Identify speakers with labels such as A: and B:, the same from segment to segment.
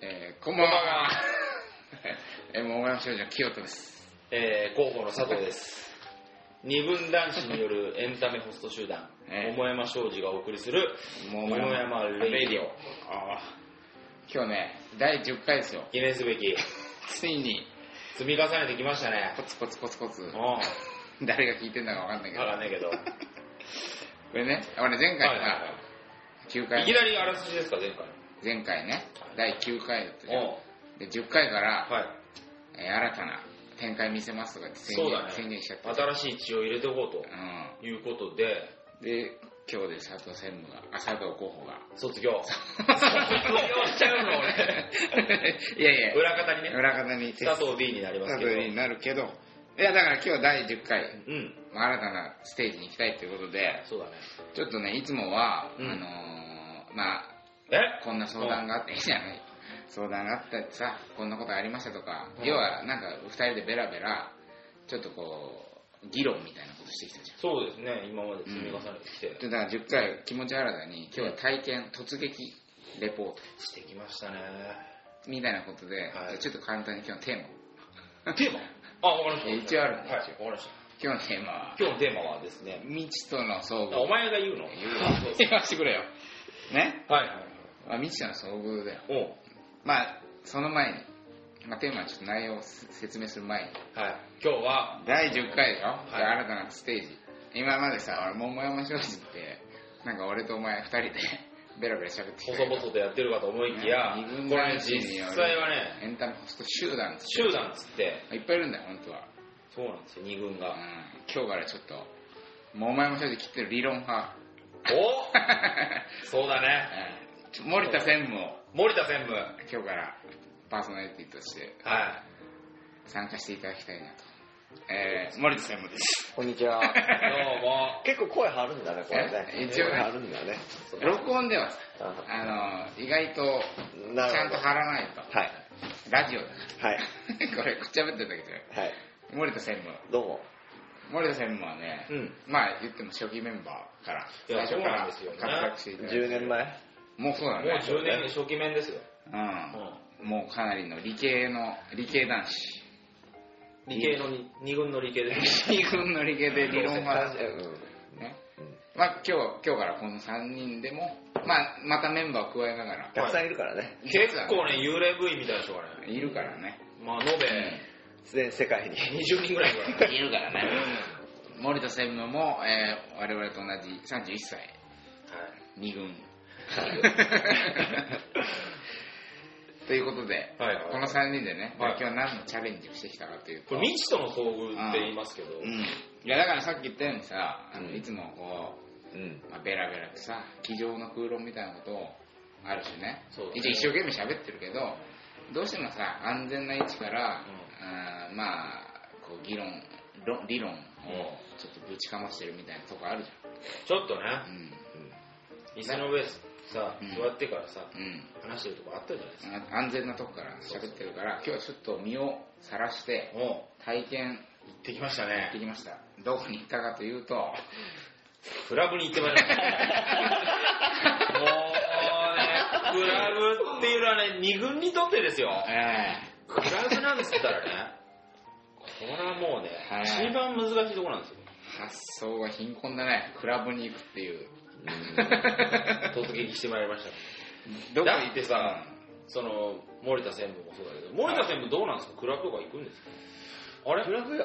A: えー、こんばんは。 えー、桃山少女清人です。
B: えー、広報の佐藤です二分男子によるエンタメホスト集団、
A: ええ
B: 桃山商事がお送りする
A: 桃
B: 桃山レイディオ
A: あー今日ね、第10回ですよ。
B: 記念すべき
A: ついに、
B: 積み重ねてきましたね
A: コツコツコツコツ
B: う、ん
A: 誰が聞いてんだかわかんないけど
B: 分、かんないけど、はい
A: これね、俺前
B: は
A: 回さ、9
B: いはい、い
A: 回、
B: きなりあらすじですか前回
A: 前回ね、第9回だったじゃん
B: おう
A: で、10回から、
B: はい
A: えー新たな展開見せますとかって宣
B: そうだ
A: 言
B: ね
A: 宣言しちゃった。
B: 新しい血を入れておこう
A: う
B: ということで
A: ん。で、今日で佐藤専務が、あ、佐藤候補が、
B: 卒業卒業しちゃうの俺
A: いやいや、
B: 裏方にね
A: 裏方に
B: 佐藤 D になります
A: 佐
B: けど
A: 藤になるけど、いやだから今日第10回、
B: うん
A: まあ新たなステージに行きたいということで、
B: そうだね
A: ちょっとね、いつもは、
B: うん
A: あのーまあ、
B: え
A: こんな相談があって、いいじゃない。相談があったってさ、こんなことありましたとか、
B: うん
A: 要はなんか二人でベラベラ、ちょっとこう、議論みたいなことしてきたじゃん。
B: そうですね今まで積み重ねてきて、
A: でだから10回気持ち新たに、今日は体験突撃レポート
B: してきましたね
A: みたいなことで、
B: はい
A: ちょっと簡単に今日のテーマを。
B: テーマあわかりました
A: いや一応あるんで
B: はいわかりました
A: 今日のテーマは、
B: 今日のテーマはですね
A: 未知との遭
B: あお
A: 遇。
B: 前が言うのあそうです
A: 言わしてくれよ。ね
B: はいはいはい
A: まあ、未知との遭遇だよ
B: おう
A: まあその前に、まあ、テーマはちょっと内容をせ説明する前に
B: はい今日は
A: 第10回だよ、
B: い
A: じゃあ新たなステージ今までさ俺桃山商事ってなんか俺とお前2人でベラベラ喋ってきた
B: 細々とやってるかと思いきや
A: ね二軍
B: これ
A: 男
B: ね
A: 子
B: 実
A: による
B: 際はね
A: エンタメホスト集団っつって
B: 集団っつって
A: いっぱいいるんだよ本当は、
B: そうなんですよ二軍
A: うん
B: が、
A: 今日からちょっと桃山商事切ってる理論派、
B: おそうだね
A: うんちょ森田専務を
B: 森田専務は
A: 今日からパーソナリティとして
B: い
A: 参加していただきたいなと、えー、森田専務 です
C: こんにちは。
B: どうも
C: 結構声張るんだね、これ
A: え
C: ね。
A: 一応ね
C: 声張るんだね。
A: 録音ではさ
C: あ
A: あの意外とち
C: なる
A: ゃん
C: ほ
A: と
C: ど。
A: 貼らないと
C: はい。
A: ラジオだ
C: はい。
A: これくっちゃべってるだけじゃない
C: はい。
A: 森田専務
C: どうも。
A: 森田専務はね、
B: うん
A: まあ言っても初期メンバーから
B: いや
A: 最初から
B: そうなんですよね
A: 活躍していただいて
C: 10年前
A: もうそうだ
B: もう
A: ね
B: 10年初期面ですよ、
A: うん、もうかなりの理系の理系男子
B: 理系のに二軍の理系です
A: 自分の理系で理論派だ
C: う
A: し
C: ん。
A: ねまあ今日今日からこの3人でも、まあ、またメンバーを加えながら
C: たくさんいるからね。
B: 結構ね幽霊部員みたいな人がね
A: いるからね
B: まあ延べ
C: 全世界に。
B: 20人ぐらいいるからね
A: いるからね森田専務も、えー我々と同じ31歳二軍 ということで、
B: はいはい
A: この3人でね、
B: はい
A: 今日は何のチャレンジをしてきたかというと
B: これ未知との遭遇って言いますけど、
A: うん、いやだからさっき言ったようにさあの
C: うん
A: いつもこ
C: うん。
A: う、まあ、ベラベラとさ机上の空論みたいなことをある種ね
B: そうだね
A: 一応一生懸命喋ってるけどどうしてもさ安全な位置から、あーまあこう議論論理論をちょっとぶちかましてるみたいなとこあるじ
B: ちょっと
A: ゃん
B: ね
A: うん
B: 椅子の上さ
A: うん
B: 座ってからさ、
A: うん
B: 話してるとこあったじゃないですか、
A: あ安全なとこから喋ってるから今日はちょっと身をさらして
B: おう行
A: 体験
B: ってきました
A: やって
B: ね
A: きましたどこに行ったかというと
B: クラブに行ってまい りましたもうねクラブっていうのはね二軍にとってですよ
A: え
B: クラブなんつったらねこれはもうね、
A: はい
B: 一番難しいところなんですよ
A: え発想が貧困だねクラブに行くっていう
B: 突撃してまいりました
A: どこ
B: だ
A: 行
B: ってさその森田専務もそうだけど森田専務どうなんですかクラブとか行くんですかあれ
C: グラフ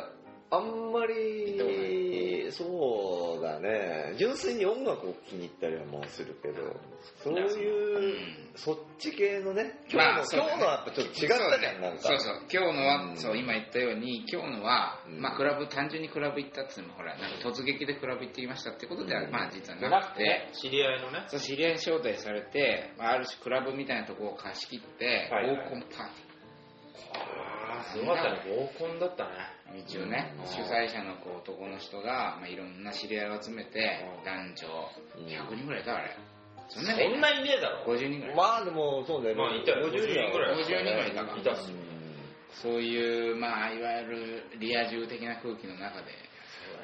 C: あんま
A: ったことな
C: り、そうだね。純粋に音楽を気に入ったりはもうするけど、そういう、そっち系のね、今
A: まあ
C: 日の、今日のはやっぱちょっと違ったじゃん、なんか
A: そう。そう今日の
C: う
A: は
C: ん
A: そう今言ったように今日のは
C: うん
A: まあクラブ単純にクラブ行ったっていうのもほらなんか突撃でクラブ行ってきましたってことでは
C: うん
A: まあ実は
B: じゃ
A: な
B: な
A: く
B: く
A: て
B: て知り合いのね
A: そう知り合いに招待されて、まあ、ある種クラブみたいなとこを貸し切って、
B: はいはい
A: 合コンパー
B: あすごかったね合コンだったね
A: ティー一応ね、
B: うん
A: 主催者のこう男の人が、まあ、いろんな知り合いを集めて、
B: うん
A: 男
C: うん
A: 女100人ぐらいだあれそ
B: そ
A: ん
B: ん
A: な
B: な
A: に
B: にいねえだろ
A: 50人ぐらい、
C: まあでも、そうね。
B: まあいたよ50人ぐらい
A: 50人ぐらいいたか
B: いたっす
C: う
B: ね
C: ん
A: そういうまあいわゆるリア充的な空気の中で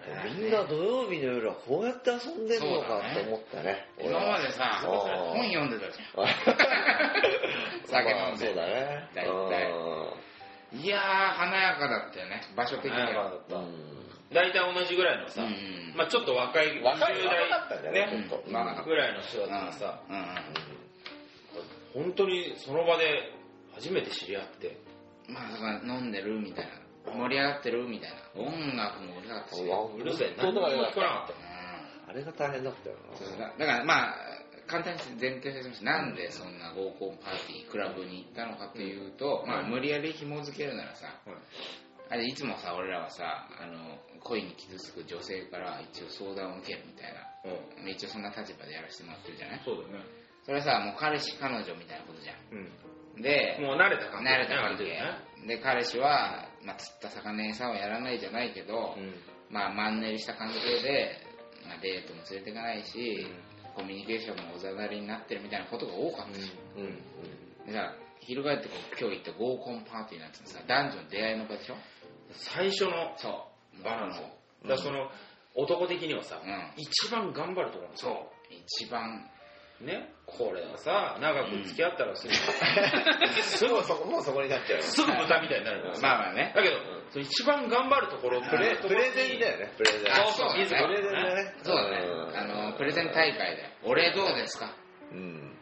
B: そうだ
C: みんな土曜日の夜はこうやって遊んでるのかって思ったね。俺
A: 今ま
C: は
A: でさ、
C: そうだ
A: 本読んでたじ 酒飲んで
C: そうだね。
A: 大体ゃん。いやー、華やかだったよね、場所的に
B: 華やかだ
A: は
B: っ。
C: う
B: た
C: ん
B: 大体同じぐらいのさ、
A: うん
B: まあちょっと若い、
C: 若い
B: 20代
C: 若かったんじゃない
B: ね
C: ちょっと
A: まあ
B: ぐらいの人だったらさ、
A: うんうん
B: 本当にその場で初めて知り合って、
A: まあだから飲んでるみたいな盛り上がってるみたいな音楽もうるさかったし、うん、
B: うるせえ、
C: 本
B: 何
C: 当
B: も聞
C: だ
B: こえな
C: よ
B: かっ
C: あれが大変だったよ
A: そうだだからまあ簡単に前提説明してなんでそんな合コンパーティークラブに行ったのかというと、まあ無理やり紐づけるならさ、
B: うん
A: あれいつもさ俺らはさあの恋に傷つく女性から一応相談を受けるみたいな
B: た。うん。
A: 一応そんな立場でやらせてもらってるじゃない
B: そうだね。
A: それはさもう彼氏彼女みたいなことじゃ
B: うん
A: で
B: ん。もう慣れた感じ
A: 慣れた関
B: だ
A: 係
B: ね。
A: で彼氏は、まあ、釣った魚餌をやらないじゃないけど、
B: ある程度ね
A: まあマンネリした関係で、まあ、デートも連れてかないし、コミュニケーションもおざなりになってるみたいなことが多かったし、
C: うんうん
A: でさ翻ってこう今日行った合コンパーティーなんてさ男女の出会いの場でしょ
B: うん。最初の
A: そう
B: バランス。
A: そ
B: だ
A: う
B: からその、男的にはさ、
A: うん
B: 一番頑張るところ
A: そう一番
B: ね。これはさ、長く付き合ったらすぐ、すぐ、
C: もうそこ、もうそこになっちゃうよ。
B: すぐ豚みたいになるからさ
A: まあまあね
B: だけど、その一番頑張るところ
C: プレプレゼン
B: で
C: だよね、プレゼン。
B: そうそう
A: そう
B: 自ら
C: プレゼンだね。
A: そうだねあのプレゼン大会で「俺どうですか?」
C: うん。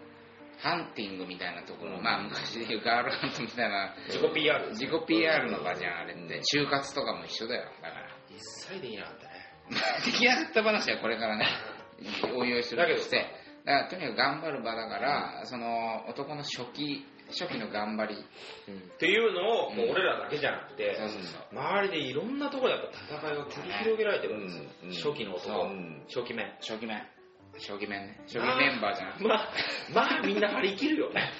A: ハンティングみたいなところ、
C: うん
A: まあ昔で言うガールハントみたいな
B: 自己 PR
A: 自己 PR の場じゃんあれっ
C: う
A: て
C: ん
A: 就活とかも一緒だよだから
B: 一切できなかったね
A: まあ出来上がった話はこれからね応用するとしてだからとにかく頑張る場だから、その男の初期初期の頑張り
B: っていうのを、
A: うん
B: もう俺らだけじゃなくて
A: そうそうそう
B: 周りでいろんなところでやっぱ戦いが繰り広げられてるんですよ、
C: うんうん
B: 初期の男、
A: そう
C: うん
B: 初期面
A: 初期面初期面ね初期メンバーじゃん
B: まあまあみんな張り切るよね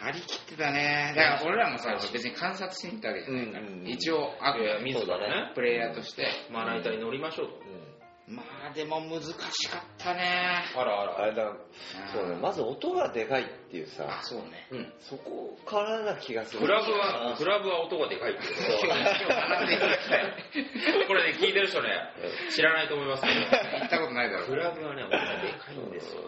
A: 張り切ってたねだから俺らもさ別に観察しに行ったわけじゃないから、
C: うんうん
A: 一応あく
B: い
A: ま
B: や
A: で
B: 自らね
A: プレイヤーとして、
B: まあライターに乗りましょうと、
A: まあでも難しかったね
B: あらあら
C: あれだ、そうね、まず音がでかいっていうさ、
A: あそうね
B: うん
C: そこからな気がする。
B: クラブはクラブは音がでかいっていう
A: 今日学んでいただきたい
B: これね聞いてる人ね知らないと思いますけ
A: 行ったことないだろ
B: どクラブはね音がでかいんですよ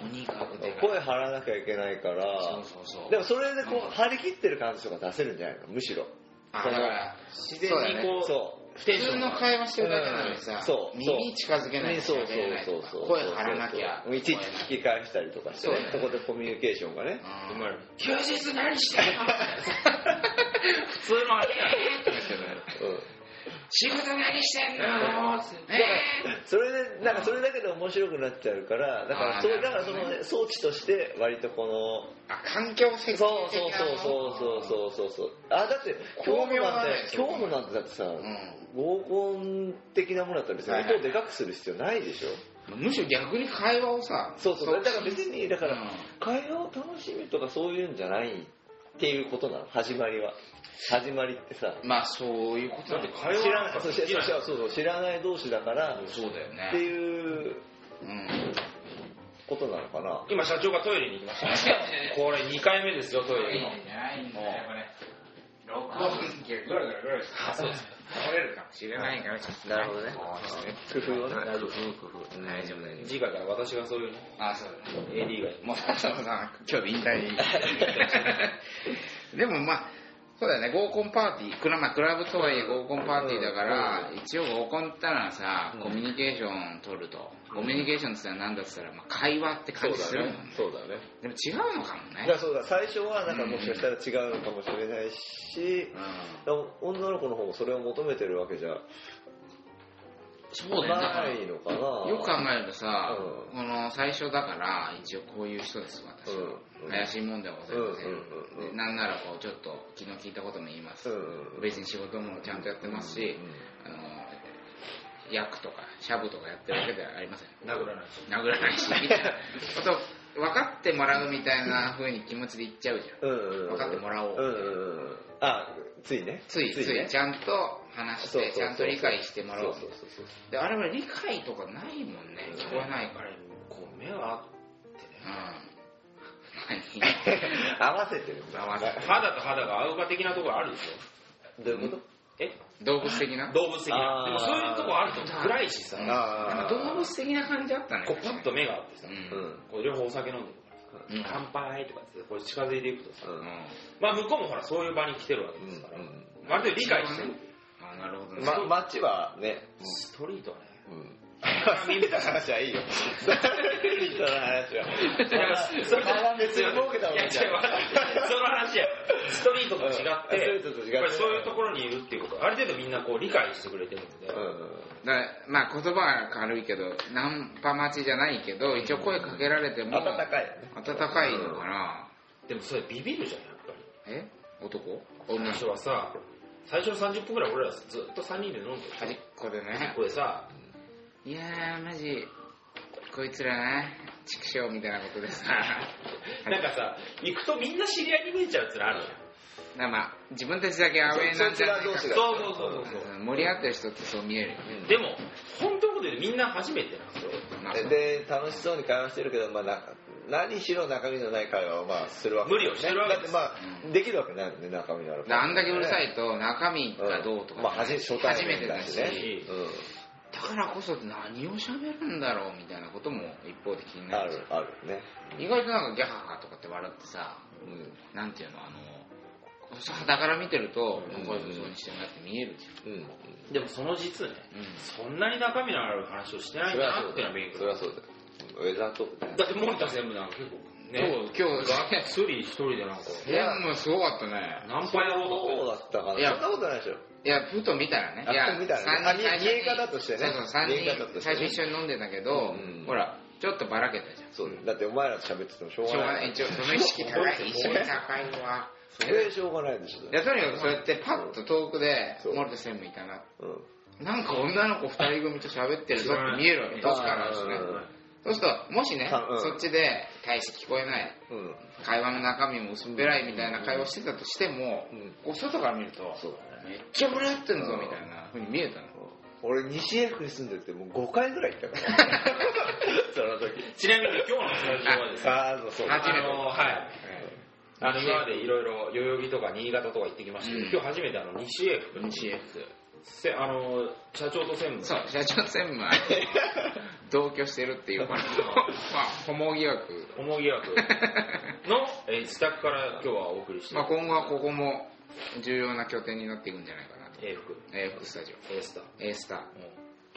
A: とにかくでかい
C: 声張らなきゃいけないから、
A: そうそうそう
C: でもそれでこう張り切ってる感じとか出せるんじゃないのむしろ。
A: あだから
B: 自
A: そうだ
B: 然に
A: ね
B: こう
C: そう。
B: 普
A: 普通の会話してるだけなのにさ、
C: うんそう
A: 耳近づけない
C: ね
A: と
C: そうそう
A: 喋れない
C: そう
A: とか
C: そう。
A: 声張らなきゃ
C: いちいち聞き返したりとかして、ね
A: そうだ、ね
C: そこでコミュニケーションがね。
B: お
A: う
B: 前ら休日何してるの普通のあれ
C: うん
A: 仕事何してんの
B: あ
A: え
C: それで、なんかそれだけで面白くなっちゃうから、だからそ
A: あ
C: れ、
A: ー
C: だからそ
A: なる
C: の
A: ほど
C: ね装置として割とこ
A: ー
C: の、
A: あ環境
C: そう
A: 設計
C: そうそうそうそうそうそう。あ、だって今日のなんて、
A: 巧妙だね
C: 今日のなんてだってさ、
A: う
C: 合コン的なものだったら別に
A: はいはい
C: 音をでかくする必要ないでしょ。
A: ん、むしろ逆に会話をさ
C: そうそう。だから別に、だか
A: うん
C: ら会話を楽しむとかそういうんじゃないっていうことなの、始まりは。始まりってさ、
A: まあそういうこと
B: だ
A: な
B: っ
A: んだ
B: て会話
C: 知ら
B: なん
C: ない
B: か
C: そう
B: できない
C: そうそうそう知らない同士だからっ
A: そうだよ
C: て
A: ね
C: いう
A: うん
C: ことなのかな。
B: 今社長がトイレに行きましたこれ2回目ですよトイレの
A: じゃないんだよこれ録音機がゴロゴロゴロして
B: あそうです
A: 倒れるかもしれないからちょっと
C: なるほどね
A: こうして
C: 工夫をね。
A: 大丈夫工夫大丈夫大丈
B: 次回から私がそういうね
A: 夫あそうだね
B: AD が
A: もう佐藤さん今日で引退でもまあそうだよね合コンパーティークラ,、まあ、クラブとはいえ合コンパーティーだから、一応合コンって言ったらさ、コミュニケーション取るとコミュニケーションって言ったら何だって言ったら、まあ、会話って感じするもんね
B: そうだね
A: でも違うのかも
C: だ
A: ね
C: からそうだ、最初はなんかもしかしたら違うのかもしれない
A: う
C: し、
A: ん
C: でも女の子の方もそれを求めてるわけじゃ
A: そうだよねだか
C: な
A: ら
C: いのかな。
A: よく考えるとさ、
C: うん
A: この最初だから一応こういう人です私は、
C: うんうん
A: 怪しいもんではございません,で、
C: うんうんうんうん
A: なんならこうちょっと気の利いたことも言います、
C: うん
A: 別に仕事もちゃんとやってますし、あの役とかシャブとかやってるわけではありません
B: 殴らないし
A: 殴らないし みたいなこと分かってもらうみたいな風に気持ちで言っちゃうじゃん
C: うんうんうん
A: 分かってもらおう
C: うんうんうん。あ、ついね。
A: ついつい
C: ね
A: ちゃんと話し
C: そうそ
A: て
C: うそう
A: ちゃんと理解してもらおう
C: そうそうそうそ
A: であれは理解とかないもんね聞こえないから
B: らこう目は
A: うん
C: う合わせてる。
A: 合わせて
B: 肌と肌が合うか的なところあるでしょ
C: どういうこ
B: え
A: 動物的な
B: 動物的な。
C: あー
B: でもそういうとこあると暗いしさ、
A: うんな
C: あ
A: ん
C: ー
A: か動物的な感じあったね
B: こうパッと目があってさ、
A: うん
C: うん。
B: こう両方お酒飲んでるから
A: うんうん
B: 乾杯とかってこう近づいていくとさ、
C: うん。
B: まあ向こうもほらそういう場に来てるわけ
C: う
B: ですから、
C: ん。
B: まあある程度理解してる。
A: あなるほどね
C: ま、街はね、
B: ストリートはね。
C: うん。みた話はいいよ。
B: だ
C: みた話は。
B: から
C: それは別に儲けたわ
B: い
C: け
B: や
C: じゃ
B: 違うその話や。ストリートと違って、やっぱ
C: うん
B: り
C: ストリートと違って
B: そういうところにいるっていうこと、ある程度みんなこう理解してくれてるんで、
C: うん。
A: だからまあ言葉は軽いけどナンパ待ちじゃないけど一応声かけられても
C: 温かいよね。
A: 温かいのかな
B: でもそれビビるじゃん、やっぱり。
A: え男
B: こ
A: 女
B: の
A: の
B: 人
A: 人
B: はさ、最初の30分ぐらい俺らずっと3人で飲んで
A: 端っこでね
B: これさ、
A: いやーマジこいつらね畜生みたいなことでさ
B: なんかさ、行くとみんな知り合いに見えちゃうってのあるじゃん。
A: なまあ自分たちだけアウェーなんじゃない
C: そいつら同士
A: か
C: が
B: そうそうそうそうそう。
A: うん盛り合ってる人ってそう見えるよね
B: でも、本当のこと言うとみんな初めてなんですよ。
A: まあ
C: でで楽しそうに会話してるけど、まあ、な何しろ中身のない会話をまあするわけ、
B: 無理をしてるわけ
C: だってまあ、できるわけないのね中身のある
A: であんだけうるさ
C: い
A: いと中身がどうとか、
C: まあ、初初対
A: 初め
C: 面
A: て
C: だ
A: だ
C: し
A: し
C: ね
A: ねだからこそ何を喋るんだろうみたいなことも一方で気に
C: うん、あ
A: なる
C: る
A: し
C: あるね、
A: 意外となんかギャハハとかって笑ってさ
C: う
A: なんていうのあのそう肌から見てると
C: うん
A: こういうふうにしてもらって見えるじ
C: んうん、
B: でもその実ね、
A: ゃん、うん
B: そんなに中身のある話をしてない
C: そ
B: ん
C: れ
B: だな
C: はそ
B: っ
C: う
B: て
C: だ
B: の
C: よ
B: は勉強
C: それはそうだよウェザートークだよ
B: だって森田専務なんか結構ね、
A: 今日今日
B: がっつり一人でなんか、
A: いやもうすごかったね
B: ナンパや
C: そ
B: ろう
C: うだったか
A: い
C: な
A: や
C: そんなことないでしょ
A: いやふと見たらね
C: あ
A: いや
C: ふと見たらね
A: 三
C: あ見え見え方としてね
A: そうそう三
C: 見え方
A: 人
C: として
A: 最
C: ね
A: 初一緒に飲んでたけど、
C: うん
A: ほらちょっとばらけたじゃん
C: そうだよだってお前らと喋っててもしょう
A: しょう
C: が
A: が
C: な
A: ないい一応無意識高い意識高いわ
C: それはしょうがないでしょ
A: いやとにかくそうやってパッと遠くで
C: そう
A: 森田専務いたな
C: うん
A: なんか女の子2人組と喋ってるぞって見えるわけ確かなんですねそうするともしね
C: うん
A: そっちで大して聞こえない
C: うんうん
A: 会話の中身も薄っぺらいみたいな会話してたとしても
C: うん
A: こう外から見ると
C: そうだね
A: めっちゃ盛り上がってんぞみたいな風に見えたの
C: 俺西英福に住んでてもう5回ぐらい行ったからその時
B: ちなみに今日のスタジオはですね、
C: ああそう
A: あ初めて
B: あの、はい。あの、今までいろいろ代々木とか新潟とか行ってきましたけど、
A: うん
B: 今日初めてあの、西英福に
A: 西英
B: せあの、社長と専務。
A: そう社長専務 は同居してるっていう からまあホモ疑惑
B: 思い 疑惑の、えー自宅から今日はお送りして
A: まあ今後はここも重要な拠点になっていくんじゃないかなと
B: 英福、
A: えー副スタジオ
B: エースター。
A: A スタ
B: うん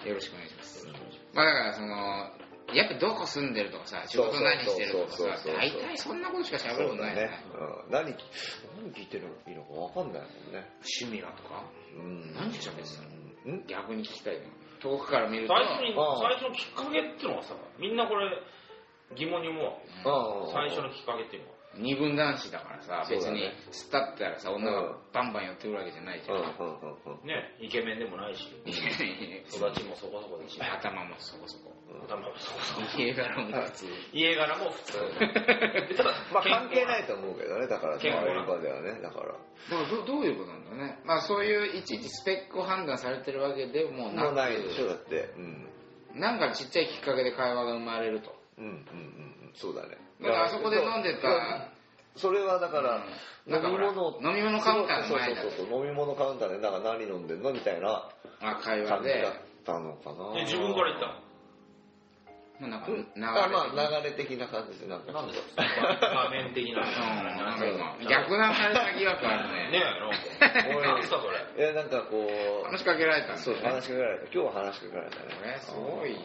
A: ーよろしくお願いします
B: よろしくお願いし
A: まあだからそのやっぱどこ住んでるとかさ仕事何してるとか
C: そうそう
A: さ
C: そうそう
A: 大体そんなことしか喋るこ
C: そう
A: とな
C: だ
A: いよね
C: ね、うん、何何聞いてるのいいのか分かんないもんね、
A: 趣味はとか
C: うん、
A: 何喋ってたの
C: うん
A: 逆に聞きたいの遠くから見ると
B: 最初に、
C: ああ
B: 最初のきっかけっていうのはさ、みんなこれ疑問に思うわけ。
C: ああ
B: 最初のきっかけっていうのは。
A: 二分男子だからさ
C: そう
A: 別
C: だ
A: に
C: ね
A: スタったらさ女がバンバン寄ってくるわけじゃないじ
C: う
A: ゃ
C: ん
A: ん
C: うん うんうん
B: ね、イケメンでもないし、育ちもそこそこだし、
A: 頭もそこそこ
B: 頭もそこそこ。
A: 家柄も普通
B: 家柄も普通。ただ
C: まあ関係
B: い。
C: ないと思うけどねだから
B: 健康な
C: そういう場ではねだから
A: だからどどういうことなんだろうねまあそういう位置スペックを判断されてるわけでもな
C: もう
A: く
C: ないでしょだってうん
A: なんかちっちゃいきっかけで会話が生まれると
C: うんうんうんうんそうだね
A: だからあそこで飲んでた
C: そうそれはだから
A: うんなんか
C: 飲
A: ほ
C: み
A: ら
C: 物
A: 飲み物カウンターの前だ
C: そうそうそうそう飲み物カウンターでなんか何飲んでんのみたいな
A: あ会話
C: 感じだ
A: で
C: ったのかな
B: で自分から言ったの。
A: もうなんか
C: う
A: 流れ
C: ん
A: て
C: あまあ流れ的な感じでなんか
B: なんでだ画面的な。
A: うんなんか
B: ね
A: 今逆なされた疑惑ある
B: え、
A: ね
B: なんか。
C: おい
B: なんすかそれ。
C: いやなんかこう
A: 話しかけられたんだ
C: そう
A: ね
C: 話しかけられた今日は話しかけられたね
A: これすごい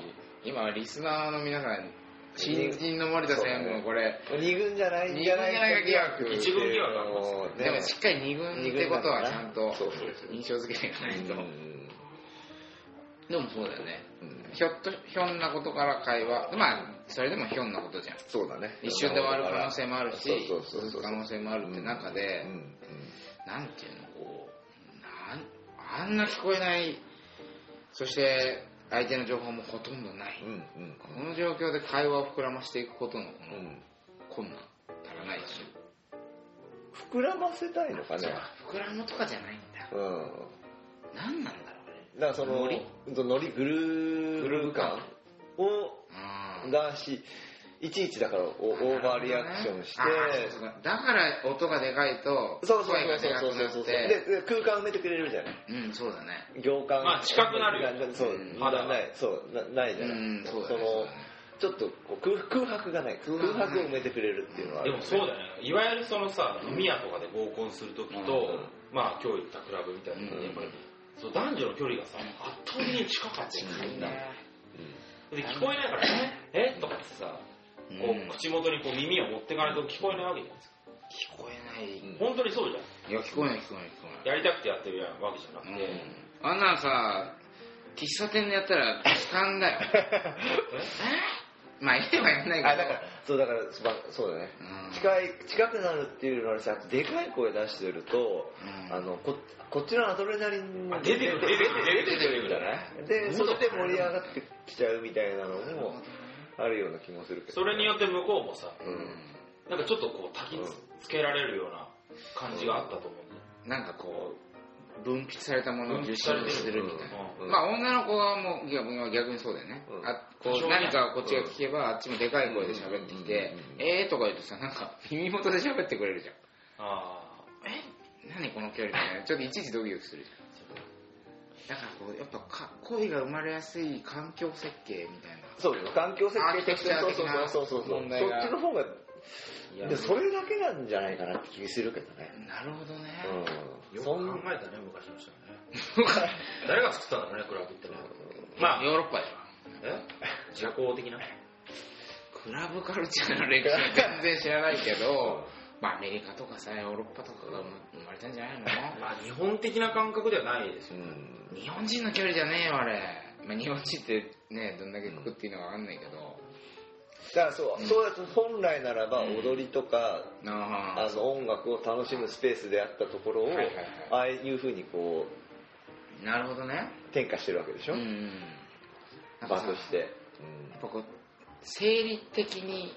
A: 今リスナーの皆さん新人の森田専務のこれ
C: 二軍じゃないんじゃない
A: 二軍
B: じゃないか疑惑一軍疑惑あります
C: もうね
A: でもしっかり二軍ってことはちゃんと
C: そうそうそう
A: 印象づけていかないと
C: うん
A: でもそうだよね
C: うん
A: ひょっとひょんなことから会話まあそれでもひょんなことじゃん
C: そうだね
A: 一瞬で終わる可能性もあるし
C: そうそうそうそう
A: 続く可能性もあるって中で、
C: うんうん
A: なんていうのこうなんあんな聞こえないそして相手の情報もほとんどない、
C: うん
A: この状況で会話を膨らましていくことのこ
C: うんう
A: の
C: ん
A: 困難足らないし
C: 膨らませたいのか
A: そう
C: ね
A: 膨らむとかじゃないんだ
C: うん
A: 何なんだろうね
C: だからその
A: ノリ
C: ノリグルーブ感を
A: あー
C: だしいちいちだからおオーバーリアクションして、
A: あーそうかだから音がでかいと
C: そうそう
A: 声がでか
C: そう
A: く
C: そう
A: な
C: そうそう
A: っ
C: で
A: て
C: で空間埋めてくれるじゃない
A: うんそうだね
C: 行間
B: まあ近くなるよ
C: なそ
A: う
C: う、
A: ん
C: まだないそうなないじ
A: う
C: ゃない、
A: んそうだ
C: そ
A: ね
C: の
A: そうだね
C: ちょっとこう空空白がない空
A: 空白
C: 白を埋めてくれるっていうのはあ
B: で
C: る
B: もそうだよね。いわゆるそのさ、飲み屋とかで合コンするときと、
A: う
B: まあ今日行ったクラブみたいな
A: う
B: のっ
A: ん
B: てやっぱり、そう男女の距離がさ、圧倒的に近かったよねで、聞こえないからね、えとかってさ、
A: うん
B: こう口元にこう耳を持ってかないと聞こえないわけじゃないです
A: 聞
B: か。
A: こえない
C: うん
B: 本当にそうじゃん。
A: いや聞こえない聞こえない聞こえない
B: やりたくてやってるわけじゃなくて、
A: うん、あんなんさ喫茶店でやったら痴漢だよえまあ言えば言わないけど
C: あだからそうだから、まあ、そうだね
A: うん
C: 近い近くなるっていうのはさでかい声出してると、
A: うん
C: あのここっちのアドレナリンも
B: あ出てくる、出てくる、出てくる、出てくる
C: じゃないでそれで盛り上がってきちゃうみたいなの
A: なるほど
C: も
A: ね
C: あるような気もするけど
B: それによって向こうもさ、
A: う
B: なんかちょっとこう、焚きつけられるような感じがあったと思うんだよ
A: んなんかこう分泌されたものを受信するみたいな、
C: うん
A: まあ女の子はもういやもう逆にそうだよね、
C: うん
A: あこう何かをこっちが聞けばあっちもでかい声で喋ってきて「
C: うんうんうんうん
A: えー」とか言うとさなんか耳元で喋ってくれるじゃん
B: あ
A: 「え何この距離」みたいなちょっといちいちドキドキするじゃんだからこうやっぱか恋が生まれやすい環境設計みたいな
C: そうです環境設計的
A: アー
C: そ
A: キテクチャ的
C: うそう
A: な
C: そうそうそうそっ
A: 問題が
C: ちの方が
B: いや
C: でそれだけなんじゃないかなって気するけどね
A: なるほどね、
C: う
B: よく
C: んそ
B: 考
C: ん
B: えたね、昔の人はね。誰が作ったんだろうね、クラブってね。 まあ、
A: ヨーロッパでしょ
B: え社交的な。
A: クラブカルチャーの歴史は全然知らないけど、まあアメリカとかさ、ヨーロッパとかが生まれたんじゃないの
B: まあ、日本的な感覚ではないです
C: う
B: よ。
C: ん
A: 日本人の距離じゃねえよ、あれ。まあ日本人ってね、どんだけ食っていいのかわかんないけど。
C: だからそう、
A: うん
C: そうだと本来ならば
A: うん
C: 踊りとか、
A: あ
C: あの音楽を楽しむスペースであったところを、
A: はいはいはい
C: ああいうふうにこ
A: あ、なるほどね。
C: う転化してるわけでし
A: う
C: ょ、
A: ん。なんか
C: 場
A: さ
C: として、
A: やっぱこう、生理的に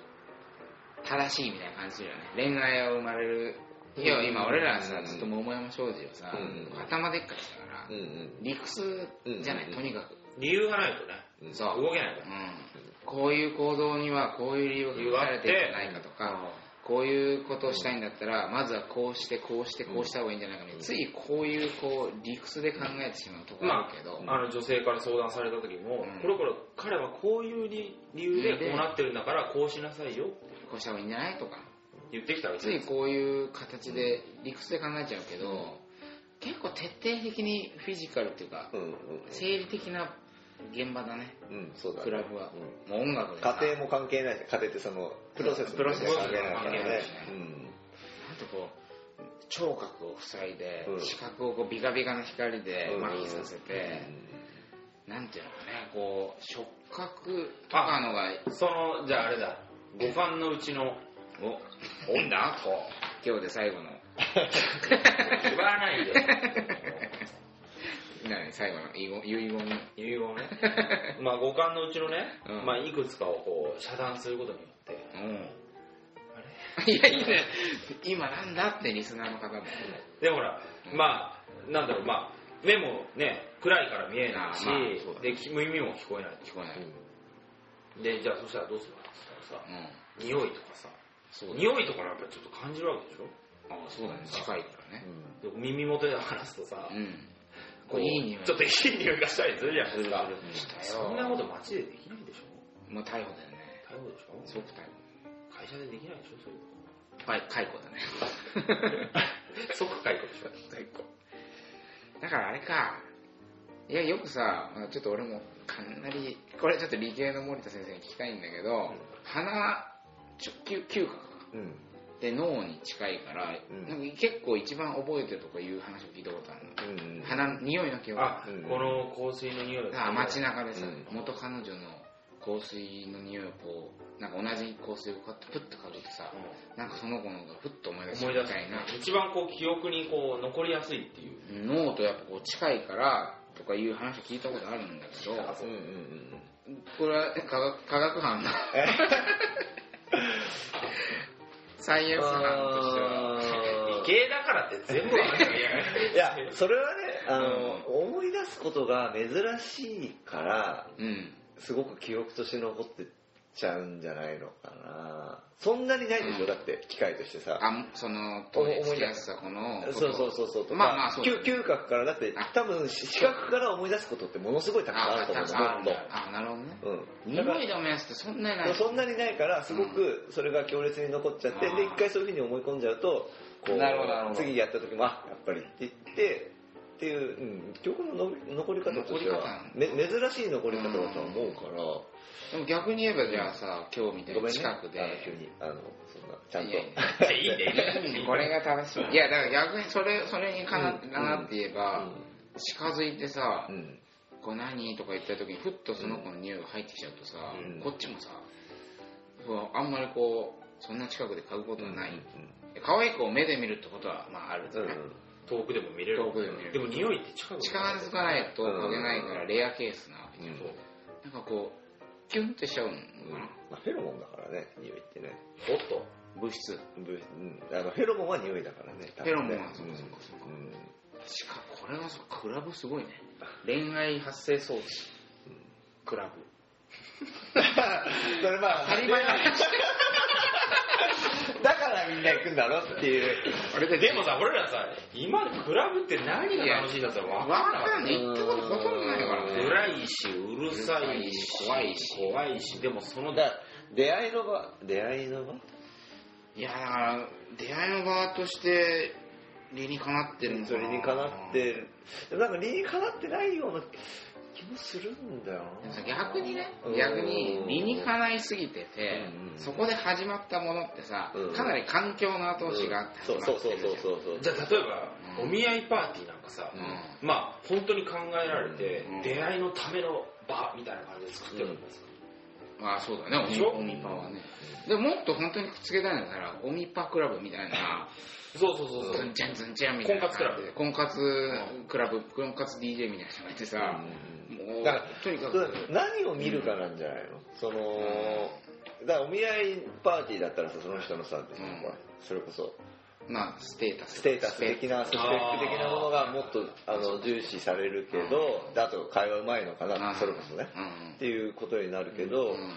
A: 正しいみたいな感じするよね。恋愛は生まれる。いや、今俺らはさ
C: う、ん
A: ずっと桃山庄司をさ
C: う、ん
A: 頭でっかちだから
C: うん、うん
A: 理屈じゃな
C: う
A: い、
C: ん
A: とにかく。
B: 理由がないとね、
C: うん
A: そう。
B: 動けないから。
A: うんこういう行動にはこういう理由が隠されてるんじゃないかとか、こういうことをしたいんだったら、まずはこうして、こうして、こうした方がいいんじゃないかみたいな、ついこういうこう理屈で考えてしまうところあるけど、
B: あの女性から相談された時も、
A: うん
B: これこれ彼はこういう理理由でこうなってるんだからこうしなさいよって
A: こうした方がいいんじゃないとか、
B: 言ってきたわけ
A: つ
B: で
A: い
B: す
A: こういう形で理屈で考えちゃうけど、結構徹底的にフィジカルっていうか
C: う、ん
A: 生理的な現場だね、
C: うんうんそうだね
A: クラブは
C: うん。
A: もう音楽でさ
C: 家庭も関係ないし家庭ってそのプロセスも
A: プロセス
C: 関係ないから
B: 関係
A: な
C: ね
A: いしねなんてこう聴覚を塞いで、
C: うん
A: 視覚をこうビカビカの光で
C: うん
A: 麻痺させて、なんていうのかねこう触覚とかのが
B: そのじゃああれだ五感のうちの
A: おおんだこう今日で最後 の
B: 言わない で
A: 何最後の遺言遺言
B: 理由をねまあ五感のうちのね、
A: うん
B: まあ、いくつかをこう遮断することによって
A: うんいやいいね今なんだってリスナーの方も
B: でほらまあなんだろうまあ目もね暗いから見えないし、
A: あまあそうだね
B: でき耳も聞こえない
A: 聞こえない、うん
B: でじゃあそしたらどうするかって言ったらさ匂いとかさ
A: そうだね
B: 匂いとかなんかちょっと感じるわけでしょ
A: あそうだね近いからね
B: で耳元で話すとさ、
A: うん
B: こう
A: いい匂い
B: ちょっといい匂いがしたりするじゃないですか。
A: したよ
B: そんなこと街でできないでしょ
A: もう逮捕だよね
B: 逮捕でしょ
A: 即逮
B: 会社でできないでしょそういうこ
A: 捕はい解雇だね
B: と。即解雇でしょ
A: 最高だからあれかいやよくさまあちょっと俺もかなりこれちょっと理系の森田先生に聞きたいんだけど、鼻ちょ嗅嗅覚か
C: うんうん
A: で脳に近いから、
C: うん
A: なんか結構一番覚えてるとかいう話を聞いたことあるの、
C: うんうん
A: 鼻匂いの記憶
B: あ、
C: うん
B: この香水の匂い
A: あ街中でさ、
C: うん
A: 元彼女の香水の匂いをこうなんか同じ香水をこうやってプッと嗅ぐとさ、
B: う
A: なんかその子のがふっと思い出す
B: 思
A: み
B: い出す
A: たいな
B: 一番こう記憶にこう残りやすいっていう。
A: 脳とやっぱこう近いからとかいう話を聞いたことあるんだけど
B: あそ
C: うんうんうん
A: これは科学科学班のサイエンス班としては
B: 理系だからって全部わかんない
C: いやそれはねあの、思い出すことが珍しいから
A: うん
C: すごく記憶として残ってちゃうんじゃないのかなそんなにないでしょだって機械としてさ
A: あその当時付き合ってた子のこと
C: そうそうそうそうとか
A: まあまあそうだね
C: 嗅嗅覚からだって
A: あ
C: 多分し視覚から思い出すことってものすごいたくさんあ
A: あ
C: ると思
A: た
C: う
A: く
C: ん
A: さんあるん
C: だ
A: だあなるほどね
C: もっとうんだか
A: 匂いの目安ってそんなにない
C: らそんなにないからすごくそれが強烈に残っちゃって
A: あー
C: で一回そういうふうに思い込んじゃうとこ
A: なるほどなるほ
C: う
A: ど
C: 次やった時もあやっぱりって言ってっていう、うん、記憶の残り方としては
A: 残
C: め珍しい残り方だとは思うから
A: でも逆に言えばじゃあさ今日みたい
C: ごめん
A: に
C: ね
A: 近くで
C: あの急にあのそんなちゃんと
A: いやいや
B: いやいいんだよいいんだよいいんだよ
A: これが正しいいやだから逆にそれそれにかなって
C: うん
A: かなって言えば、近づいてさ
C: うん、うん
A: 「これ何?」とか言った時にふっとその子の匂いが入ってきちゃうとさ、
C: うん
A: こっちもさそうあんまりこうそんな近くで嗅ぐことはない、
C: うん
A: 可愛い子を目で見るってことはまああるじゃない、
B: 遠くでも見れる
A: 遠くでも見れる
B: でも匂いって近く
A: 近づかないと嗅げないからレアケースなわけじゃん、
C: うん
B: そう
A: なんかこうキュンってしちゃうのか
C: うん
A: な、
C: まあ、フェロモンだからね匂いってね
B: おっと
A: 物質
C: ぶうんあのフェロモンは匂いだからね多分
A: フ
C: ね
A: ェロモンはそうかそうかそうか
C: ん ん
A: しかこれはそっかクラブすごいね恋愛発生装置、クラブ
C: それまあ
A: 当たり前の話
C: だからみんな行くんだろっていう
A: あれで
B: でもさ俺らさ今クラブって何が楽しいんだったら
A: わ
B: 分からなかっ
A: かんない行ったことほとんどないから
B: た
A: ね
B: 暗いしうるさいし
A: 怖いし
B: 怖いしでもその
C: だから出会いの場出会いの場
A: いやだから出会いの場として理にかなってるの
C: それにかなってるでもなんか理にかなってないような気もするんだよ
A: でも
C: な
A: さ逆にね
C: うん
A: 逆に理にかないすぎてて
C: うん
A: そこで始まったものってさ
C: うん
A: かなり環境の後押しがあって
C: そ
A: 始
C: う
A: ま
C: そう
A: って
C: そう
A: るじゃん
C: そうそう
B: じゃあ例えば、
A: うん
B: お見合いパーティーなんかさ、
A: う
B: まあ本当に考えられて、
A: うん
B: 出会いのための場みたいな感じで作ってるんですか、
A: んまあそうだね
B: でしょ
A: オミパはねでももっと本当にくっつけたいんだったらオミパクラブみたいな
B: そうそうそうそ
A: ズ
B: う
A: ンチャンズンチャンみたいな
B: 婚活クラブ
A: 婚活クラブ婚活 DJ みたいな人がいてさ
C: うん
A: もう
C: だから
A: とにか
C: そ
A: く
C: う何を見るかなんじゃないの、そのだからお見合いパーティーだったらさその人のさ、ほらそれこそ
A: まあステータス
C: ステータス的なスペック的なものがもっとあの重視されるけどだと会話うまいのかなそれこそね
A: うん
C: っていうことになるけ
A: う
C: ど、
A: ん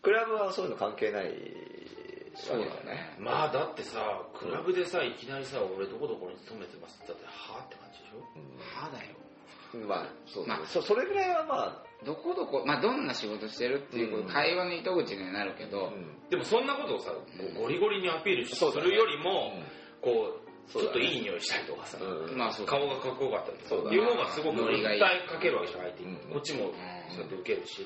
C: クラブはそういうの関係ないわ
A: そうだ
C: けだ
A: ね
C: ね
B: まあだってさクラブでさいきなりさ俺どこどこに勤めてますって言ったってはあって感じでしょ
A: 歯だよ
C: うんまあそうだね
A: まあ
C: そそれぐらいはまあ
A: どこどこ、まあ、どんな仕事してるっていうこと、
C: うん
A: 会話の糸口にはなるけど、
C: うん
B: でもそんなことをさこ
A: うん
B: うゴリゴリにアピールしす
C: そうだね
B: るよりも、こう
C: そ
B: ち
C: う
B: ょ
C: だ
B: っ
C: ね
B: といい匂いしたりとかさ、
C: うん
A: まあそうだ
B: 顔がかっこよかったりと
C: そうだ
B: か
C: ね
B: いう方がすごく
A: ノリ
B: 訴
A: がい
B: え
A: い
B: かけるわけじゃないって、
C: うん
B: こっちもそうやって受けるし、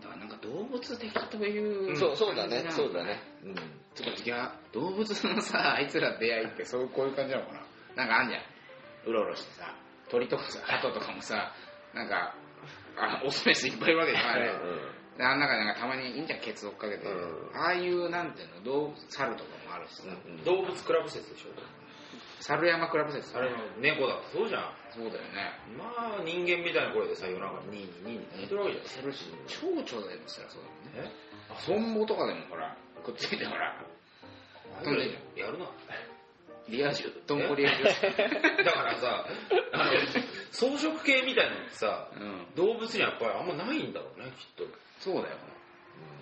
A: だからなんか動物的という、
B: うん
C: そうそうだ
A: 感
C: ね
A: じなの
C: そうだねうん
A: つまりいや動物のさあいつら出会いってそうこういう感じなのかななんかあんじゃんうろうろしてさ鳥とかさ鳩とかもさなんかあオスメスいっぱいいるわけじゃないのであん中なんかたまにいいんじゃんケツ追っかけて、
C: うん
A: ああいうなんていうの動物猿とかもあるしさ、
C: うんうん
B: 動物クラブ説でしょ
A: 猿山クラブ説
B: あれの猫だってそうじゃん
A: そうだよね
B: まあ人間みたいな声でさ夜中に「ニーニーニーニー」って言ってるわけじゃ
A: する
B: ない
A: し蝶々でもしたらそうだもんね
B: えあ
A: トンボとかでもほらくっついてほら
B: それやるな
A: リア充トンボリア 充
B: だからさあの草食系みたいなのってさ
A: うん
B: 動物にはやっぱりあんまないんだろうねきっ
A: そうだよ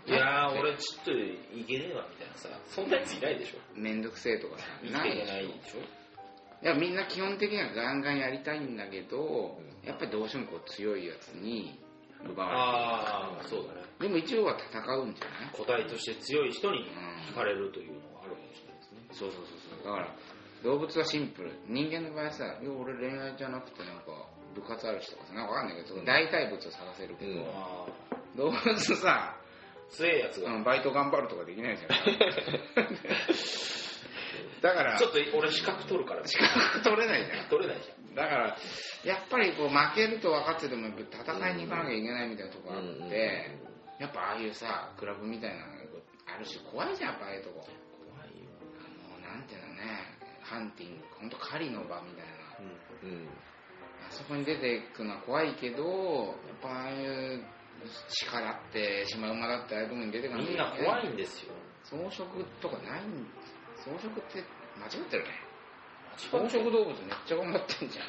B: といやー俺ちょっといけねえわみたいなさそんなやついないでしょ
A: めんどくせえとかさ
B: いけ
A: ないでしょ
B: ないでしょ
A: いやみんな基本的にはガンガンやりたいんだけど、やっぱりどうしてもこう強いやつに奪わ
B: ああそうだね
A: れてるでも一応は戦うんじゃない
B: 個体として強い人に
A: うん
B: 惹かれるというのがあるかもしれないですね
A: そうそうそうそうだから動物はシンプル人間の場合さ「いや俺恋愛じゃなくてなんか部活あるし」とかさなんかわかんないけどその代替物を探せるけど、
C: うん
B: ああ
A: 動物さ
B: 強えやつ
A: う
B: が
A: んバイト頑張るとかできないじゃ んだから
B: ちょっと俺資格取るから
A: 資格 取れないじゃ
B: 取れないじゃん
A: んだからやっぱりこう負けると分かっててもやっぱ戦いに行かなきゃいけないみたいなとこあって、
C: うん
A: やっぱああいうさクラブみたいなのがあるし怖いじゃんやっぱああいうとこ
B: 怖いよ
A: あのなんていうのねハンティング本当狩りの場みたいな
C: うん
A: あそこに出ていくのは怖いけどやっぱああいう鹿だってシマウマだってああいうとこに出てか
B: みん
A: き
B: な
A: ゃいけ
B: 怖いんですよ
A: 草食とかないん草食って間違ってるね
B: 草
A: 草
B: 食
A: 食動物めっちゃ頑張ってんじゃん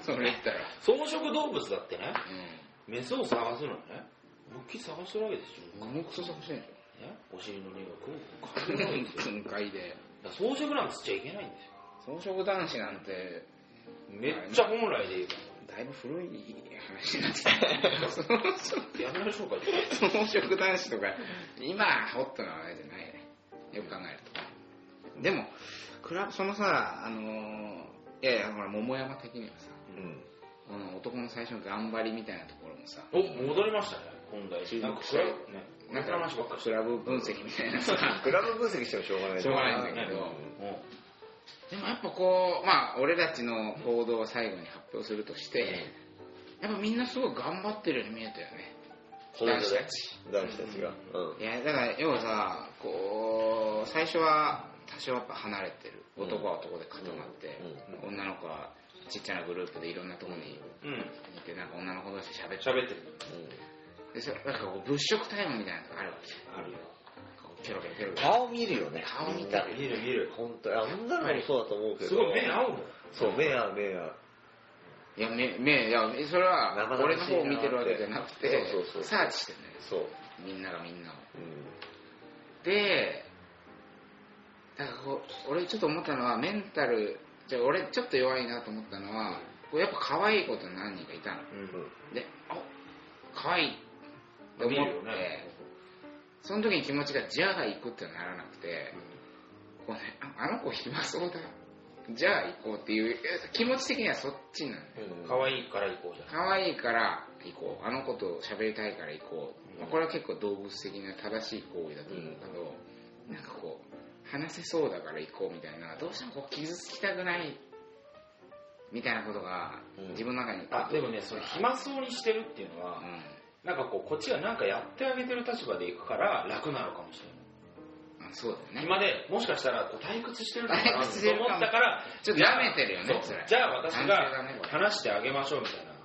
A: それ言ったら
B: 草食動物だってね
A: うん
B: メスを探すのねムキ探してるわけでしょ
A: 何もクソ探してんじ
B: ねお尻の匂いがくん
A: ゃ
B: くん
A: ん
B: ん
A: ん
B: ですよ
A: 訓会で
B: だから装飾なんかつっちゃいけないんですよ
A: 草食男子なんて
B: めっちゃ本来で言うか
A: だいぶ古い話になってきた草食
B: らやめましょうか
A: 草食男子とか今ホットな話じゃないねよく考えるとでもクラブそのさあのいやいやほら桃山的にはさ
C: うん。
A: この男の最初の頑張りみたいなところもさ
B: お戻りましたね本題
A: 注目
B: なんか
A: して
B: 暗いね
A: な
B: なんん
A: か
B: か話ばっかりし
A: ク
B: て
A: ラブ分析みたいなさ
C: クラブ分析してもしょうがない
A: しょうがないんだけどでもやっぱこうまあ俺たちの行動を最後に発表するとしてやっぱみんなすごい頑張ってるように見えたよね
C: うん
A: 男子たち
C: 男子たちが。うん。
A: いやだから要はさこう最初は多少やっぱ離れてる男は男で固まって、女の子はちっちゃなグループでいろんなとこに
B: うん
A: 行ってなんか女の子同士で喋って
B: 喋ってる
A: でそれなんかこう物色タイムみたいなのがあるわけじゃん
B: あるよ
A: こうキョロキョロキョロキョロ
C: 顔見るよね。
A: 顔見た
C: み
B: 見
C: んな
B: る見る
C: 本当に。あ、女の子もそうだと思うけど。
B: すごい目合うもん
C: そう、目合う、目合う。
A: いや目目いやそれは
C: 生々
A: 俺
C: しいな
A: の方を見てるわけじゃなくて
C: そうそうそう
A: サーチしてるのよ
C: そう。
A: みんながみんなを
C: うん。
A: でなんかこう俺ちょっと思ったのはメンタルじゃあ俺ちょっと弱いなと思ったのはこうやっぱ可愛い子と何人かいたの
C: うん。
A: であ可愛いと思
B: 見
A: っ
B: る
A: て、
B: よね
A: その時に気持ちがじゃあ行くってならなくて、こうね、ああの子暇そうだじゃあ行こうっていうえ気持ち的にはそっちなの
C: うん
B: 可愛いから行こうじゃん
A: 可愛いから行こうあの子と喋りたいから行こう、まあこれは結構動物的な正しい行為だと思うけど、なんかこう話せそうだから行こうみたいなどうしてもこう傷つきたくないみたいなことが
C: うん
A: 自分の中に
B: あでもねその暇そうにしてるっていうのは
A: うん
B: なんかこうこっちがなんかやってあげてる立場で行くから楽なのかもしれない
A: あそうだよね
B: 今でもしかしたらこう退屈してるのか
A: 退
B: な
A: 屈して
B: と
A: るかも
B: 思ったから
A: ちょっと舐めてるよねそ
B: そう
A: れ
B: じゃあ
A: 反
B: 私
A: 省だ
B: が
A: ねこれ
B: 話してあげましょうみたいな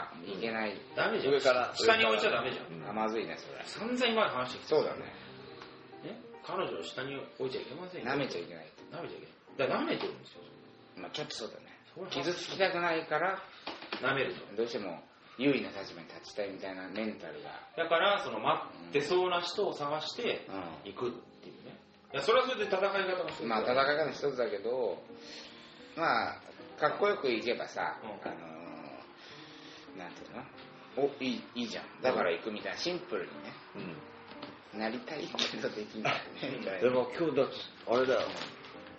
A: あいけない、
B: ダメじゃん
C: 上から
B: 下に置いちゃダメじゃ
A: あ
B: ん
A: まずいねそれ
B: 散々今まで話してき
A: そ
B: た
A: うだね
B: ね彼女を下に置いちゃいけませんよ
A: 舐めちゃいけないと、
B: 舐めちゃいけないだから舐めてるんですよ
A: まあ、ちょっとそうだね
B: それ
A: 傷つきたくないから
B: 舐めると
A: どうしても優位な立場に立ちたいみたいなメンタルが
B: だからその待ってそうな人を探して
A: う
B: 行くっていうねいやそれはそれで戦い方がす
A: ん
B: る
A: まあ戦い方の一つだけどまあかっこよくいけばさ、
B: うん
A: あのーなんていうのおいいいいじゃんだから行くみたいなシンプルにね
C: うん。
A: なりたいけどできないねみたい
C: で
A: な
C: も今日だってあれだよ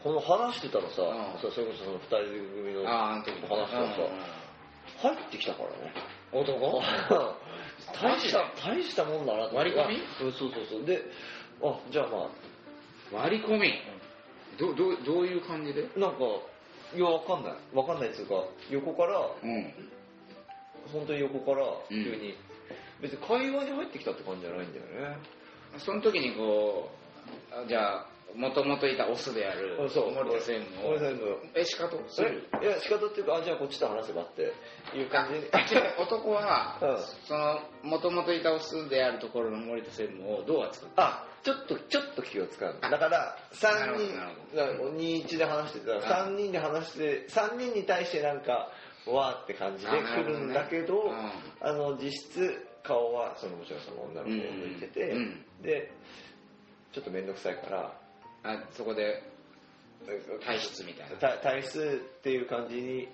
C: この話してたらさ、
A: うん
C: そうそれこそその二人組の
A: あああの時
C: 話してたらさ、入ってきたからね男 大した大したもんだなと思って
A: 割り込み
C: あそうそうそうであじゃあま
A: うん割り込みどどうどういう感じで
C: あなんかいやわかんないわかんないっつうか横から
A: うん
C: 本当に横から急に、別に会話に入ってきたって感じじゃないんだよね
A: その時にこうあじゃあもともといたオスである
C: あそう
A: 森田専務を
C: 森田専務
A: え仕方する
C: えいや仕方っていうかあじゃあこっちと話せばっていう感じで
A: あ違う 男は、
C: うん
A: そのもともといたオスであるところの森田専務をどう扱う
C: あちょっとちょっと気を使うの
A: あ
C: だから
A: なる
C: 3
A: ほど
C: 人
A: なる
C: だから21で話してて
A: あ
C: 3人で話して3人に対してなんかわーって感じで
A: あなるほ
C: 来
A: どね
C: るんだけど
A: うん
C: あの実質顔はそのもちろんその女の子を向いてて、
A: うんうん
C: でちょっと面倒くさいから
A: あそこで体質みたいな
C: た体質っていう感じに、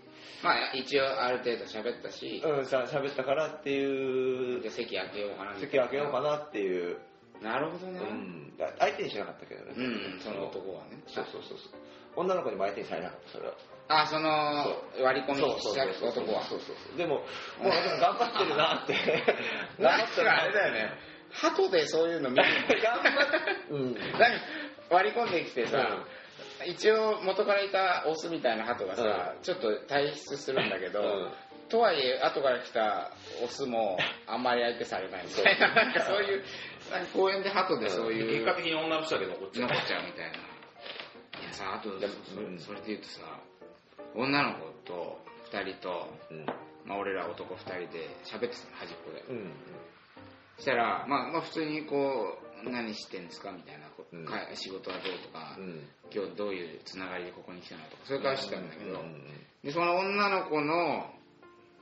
A: まあ一応ある程度喋ったし、
C: うん、さ喋ったからってい
A: じゃ
C: う
A: あ席開けようかなみたいな
C: 席開けようかなっていう、
A: なるほどね
C: うん、だ相手にしなかったけどね、
A: うん、その男はね
C: そうそうそうそう女の子にも相手にされなかったそれは
A: あその割り込みした男は
C: そうそうそうでももうでも頑張ってるなって頑 張
A: なん
C: ってる
A: かあ
C: な
A: れだよね鳩でそういうの見る
C: 頑張って
A: なんか割り込んできてさ、一応元からいたオスみたいな鳩がさ、ちょっと退出するんだけど、
C: うん
A: とはいえ後から来たオスもあんまり相手されないみたいななんかそういうなんか公園で鳩でそういう
B: 結果的に女の人だけどこっち
A: 残
B: は
A: っちゃうみたいな。いやさあとそ
C: うん
A: それで言うとさ女の子と2人と、
C: うん
A: まあ、俺ら男2人で喋ってたの端っこで。
C: うんうん
A: したら、まあ、まあ普通にこう何してんですかみたいな、こ
C: うん
A: か仕事はどうとか、
C: うん
A: 今日どういうつながりでここに来たのとかそういう会話してたんだけど、
C: うん
A: でその女の子の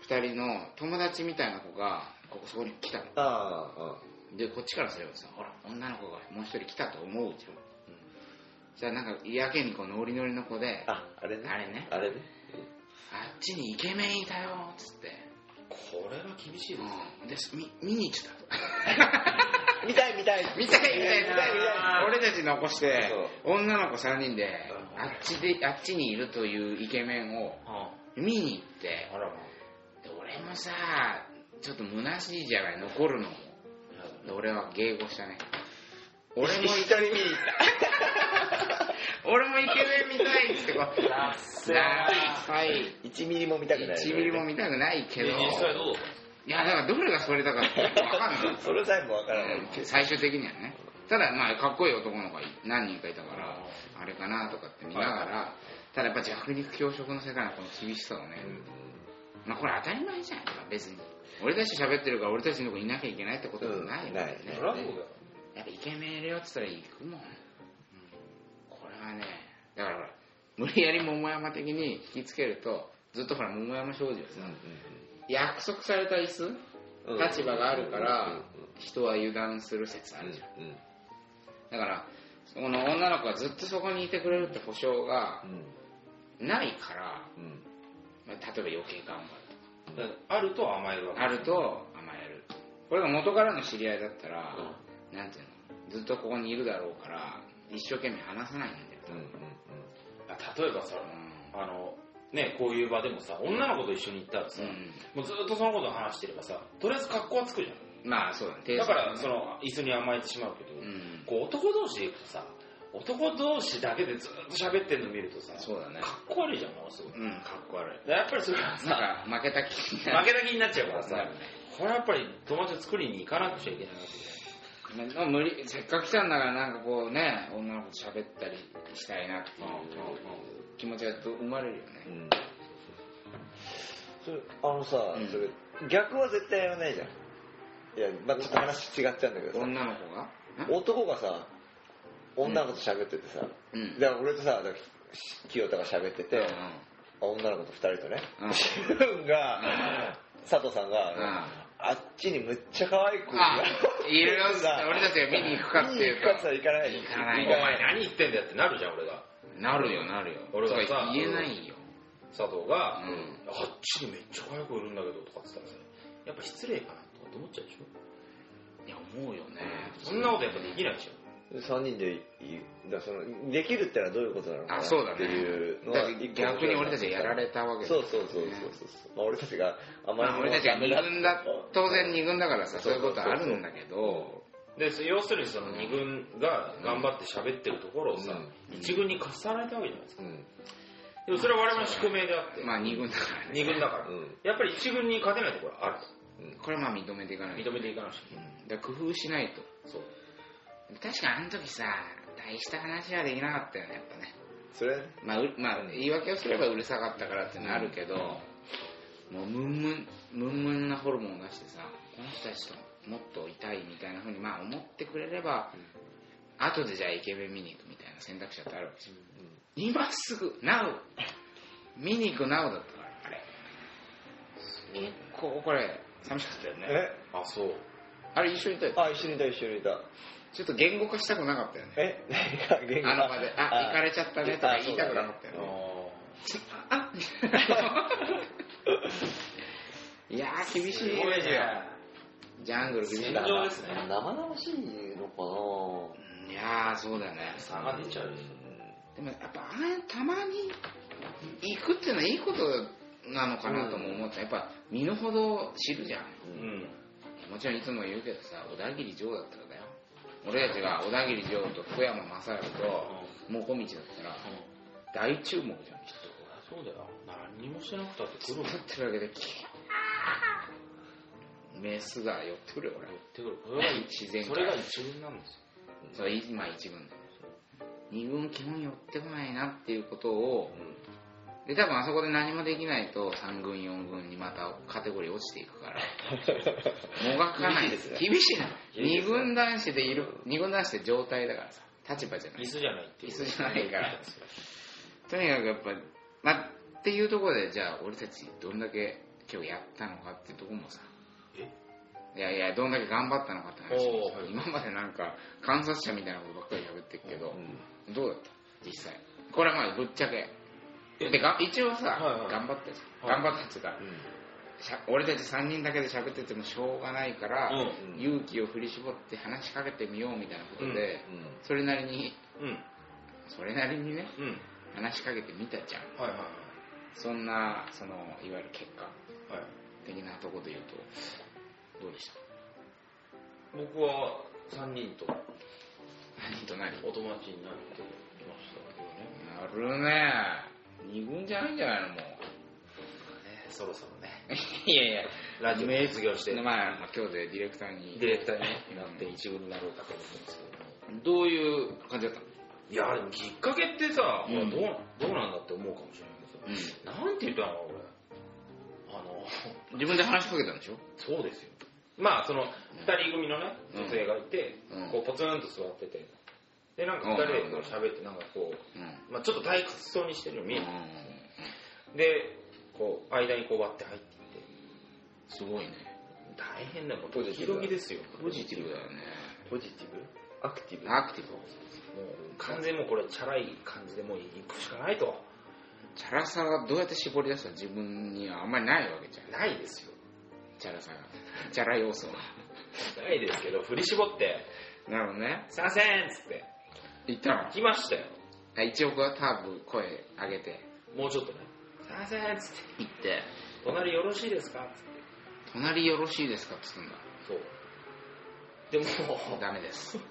A: 2人の友達みたいな子がここそこに来たの
C: ああ、あ
A: でこっちからすればさほら女の子がもう一人来たと思うじゃん、じゃあなんかやけにこうノリノリの子で
C: あ
A: あ
C: あ、あれね。
A: あれね
C: あれね。
A: っちにイケメンいたよっつって、
B: これは厳しいです
A: う
B: ね
A: ん、でみ見に行っちゃ った
C: 見たい見たい。
A: 見たい見たい見たい見たい
B: あー
A: 俺たち残して女の子3人であっちであっちにいるというイケメンを
B: あ
A: 見に行って
B: あらま
A: で俺もさちょっと虚しいじゃない残るのもで俺は迎合したね俺も
C: 一人見に行っ
A: 俺もイケメン見たいっつってこう
B: ダッセー
A: ダい
C: た。1ミリも見たくない。
A: 1ミリも見たくないけど
B: え実際どうだったんです
A: いやだからどれがそれだか分か んない
C: それさえもわからない。
A: うん最終的にはねただまあかっこいい男の子が何人かいたからあれかなとかって見ながらただやっぱ弱肉強食の世界のこの厳しさをねまあこれ当たり前じゃん別に俺たち喋ってるから俺たちのとこいなきゃいけないってこともないもんね
C: うんない
B: かそりゃそうだよ
A: やっぱイケメンいるよって言ったら行くもん、うんこれはねだからほら無理やり桃山的に引きつけるとずっとほら桃山商事はさ、約束された椅子、
C: うん
A: 立場があるから、
C: うんうんうん
A: 人は油断する説あ
C: うん
A: るじゃん、
C: うん
A: だからその女の子はずっとそこにいてくれるって保証がないから、
C: うん
A: まあ例えば余計頑張る
B: だからあると甘えるわ
A: と
B: け
A: かあると甘えるこれが元からの知り合いだったら、なんていうのずっとここにいるだろうから一生懸命話さないんだよ、
C: うんうん
B: あ例えばさ
A: う
B: あのねこういう場でもさ女の子と一緒に行ったらさ、
A: う
B: もうずっとそのことを話してればさとりあえず格好はつくじゃ
A: ん、まあそうだね
B: んだからその椅子に甘えてしまうけど、
A: うん
B: こう男同士で行くとさ男同士だけでずっと喋ってるの見るとさ
A: そうだね
B: かっこ悪いじゃんもうすごい
A: うんかっこ悪い
B: やっぱりそれは さ
A: なんか負けた気にな
B: 負
A: る
B: けた気になっちゃうからさ
A: なるね
B: これはやっぱり友達を作りに行かなくちゃいけない
A: ま
B: わ
A: あ無理せっかく来たんだからなんかこうね女の子と喋ったりしたいなっていう気持ちが生まれるよね
C: うんうんそれあのさ
A: うん、
C: それ逆は絶対やらないじゃん。いや、まあちょっと話違っちゃうんだけどさ、
A: 女の子が
C: 男がさ、女の子と喋っててさ、
A: うん
C: だから俺とさ、だから清田が喋ってて、女の子と二人とね、
A: うん
C: 自分 が、佐藤さんが、あっちにむっちゃ可愛い子
A: あいるよっつって俺たちが見に行くかっていう
C: 見
A: と
C: に行くかって言ったら行
A: 行
C: か
A: か
C: な
A: ないい
B: け
A: ね
B: ないお前何言ってんだよってなるじゃん俺が
A: なるよなるよ
B: 俺がさ
A: とか言えないよ
B: 佐藤が、
A: うん
B: あっちにめっちゃ早くいるんだけどとかって言ったらさやっぱ失礼かなとかって思っちゃうでしょ
A: いや思うよね
B: そんなことやっぱできないでしょ
C: 3人でいいだからそのできるってのはどういうことなのかな
A: あ
C: って
A: そうだね
C: いうの
A: だ
C: は
A: から逆に俺たちがやられたわけだ
C: そ
A: よ
C: う
A: ね
C: そうそうそうそう、まあ、俺たちがあまり
A: ま
C: に
A: あ
C: も
A: 俺たちが二軍だ当然
C: に
A: 二軍だからさ
C: そ
A: そうう
C: そ
A: いうう
C: そう
A: ことあるんだけど
B: でそ要するにその2軍が頑張って喋ってるところをさ、
C: う
B: 1軍に貸されたわけじゃないですか
C: うん
B: でもそれは我々の宿命であって、
A: まあ二軍だからね
B: 2軍だから、
C: うん
B: やっぱり1軍に勝てないところはある
A: これはまあ認めていかないと
B: 認めていかなくちゃいけない
A: だから工夫しないと
B: そう
A: 確かあの時さ大した話はできなかったよねやっぱね
C: それ
A: まあ、うまあ言い訳をすればうるさかったからってのあるけど、もうムンムンムンムンなホルモンを出してさこの人たちともっといたいみたいなふうにまあ思ってくれれば、後でじゃあイケメン見に行くみたいな選択肢だってあるわけじゃん、今すぐ NOW 見に行く NOW だったからあれ結構これ寂しかったよね
C: え
B: あそう
A: あれ一緒にいたよ
C: あ一緒にいた一緒にいた
A: ちょっと言語化したくなかったよね
C: え何が言語
A: あの場で「あ行かれちゃったね」とか言いたくなかったよ
B: あ
A: ね
B: ー
A: あ いやー厳しい
B: すごいね
A: ジャングル厳しい
B: 戦
A: な
B: 場ですね
C: 生々しいのか
A: いやーそうだよね
B: 差が出ちゃうよ
A: でもやっぱああいうたまに行くっていうのはいいことなのかなとも思ったやっぱ身の程を知るじゃん
B: うん
A: もちろんいつも言うけどさ小田切城だったらだよ俺たちが小田切城と福山雅治ともこみちだったら大注目じゃんきっと
B: そうだよ何にもしてなくたっ
A: ず
B: て
A: っ
B: 苦労
A: と
B: し
A: 立ってるわけでキャーメスが寄ってくるよ俺
B: てくるこれが
A: 自然界
B: それが一軍なんですよ
A: それ今一軍だよ二軍基本寄ってこないなっていうことを、で多分あそこで何もできないと三軍四軍にまたカテゴリー落ちていくからもがかない
C: 厳しいです ね
A: 厳しいな
C: 厳し
A: 二
C: いですね
A: 軍男子でいる二軍男子って状態だからさ立場じゃない
B: 椅子じゃないっていう
A: 椅子じゃないからとにかくやっぱまあっていうところでじゃあ俺たちどんだけ今日やったのかってとこもさ
B: え
A: いやいやどんだけ頑張ったのかって話
B: お
A: そう
B: ー
A: 今までなんか観察者みたいなことばっかり喋ってるけど、どうだった実際これはまあぶっちゃけ
B: え
A: でが一応さ、
B: はいはい
A: 頑張ったじゃん、
B: はい
A: 頑張ったっていうかしゃ俺たち3人だけで喋っててもしょうがないから、
B: うん
C: うん
A: 勇気を振り絞って話しかけてみようみたいなことで、それなりに
B: うん
A: それなりにね
B: うん
A: 話しかけてみたじゃん
B: はいはいは
A: そんなそのいわゆる結果
B: いはい
A: 的なところで言うとどうでした
B: 僕は3人と
A: 何と何
B: お友達になることができましたけどね
A: なるね二軍じゃないんじゃないのもう
B: そろそろね
A: いやいや
B: ラジオ
A: 名
B: 卒業して
A: まあまあ今日でディレクターに
B: ディレクターにねなって一軍になろうかと思ってるんですけども
A: どういう感じだったの
B: いやでもきっかけってさ、
A: うん
B: ほらどうどうなんだって思うかもしれないけどさ、なんて言ったの俺あの
A: 自分で話しかけたんでしょ
B: そうですよまあその2人組のね
A: うん
B: 女性がいて、
A: うん
B: こうポツンと座っててでなんか2人でこう喋ってなんかこう、
A: うん
B: まあ、ちょっと退屈そうにしてるよ見え
A: うん
B: てでこう間にこう割って入っていって
A: すごいね
B: 大変なの
C: ポジティブ
B: ドキドキ
C: だ
B: ですよ
A: ポジティブだよね
C: ポジティブアクティブ
A: アクティブ
B: もう完全にもうこれチャラい感じでもう行くしかないと
A: チャラさはどうやって絞り出した自分にはあんまりないわけじゃん
B: ないですよ
A: チャラさがチャラ要素が
B: ないですけど振り絞って
A: なるほどね
B: 「すいません」っつって
A: 行ったの
B: 来ましたよ
A: あ一応は多分声上げて
B: もうちょっとね「すいません」っつって
A: 行って
B: 「隣よろしいですか?」っつって
A: 隣よろしいですかって言ったんだ
B: そうで も
A: ダメ です
B: い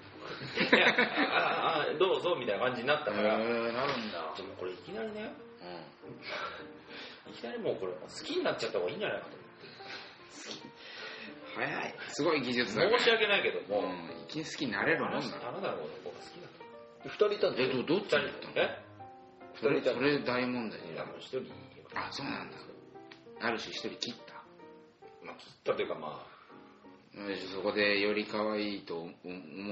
B: やああどうぞみたいな感じになったから、
A: なるんだ
B: でもこれいきなりね
A: うん
B: いきなりもうこれ好きになっちゃった方がいいんじゃないかと
A: 早いすごい技術だ
B: 思
A: ね
B: って申し訳ないけども、
A: うん、一見好きになれるもん
B: あ
A: だ
B: の人あなたのこと僕が好きだと
C: 二人いたんだ
A: え
C: よ
A: どどっちだっ
B: え
A: たの
C: 二人い
A: そ
C: た
A: れ大問題
B: い
A: だ
B: や
A: よ
B: もう一人いれば
A: あそうなんだある種一人切った
B: まあ切ったというかま
A: うんそこでより可愛いと思う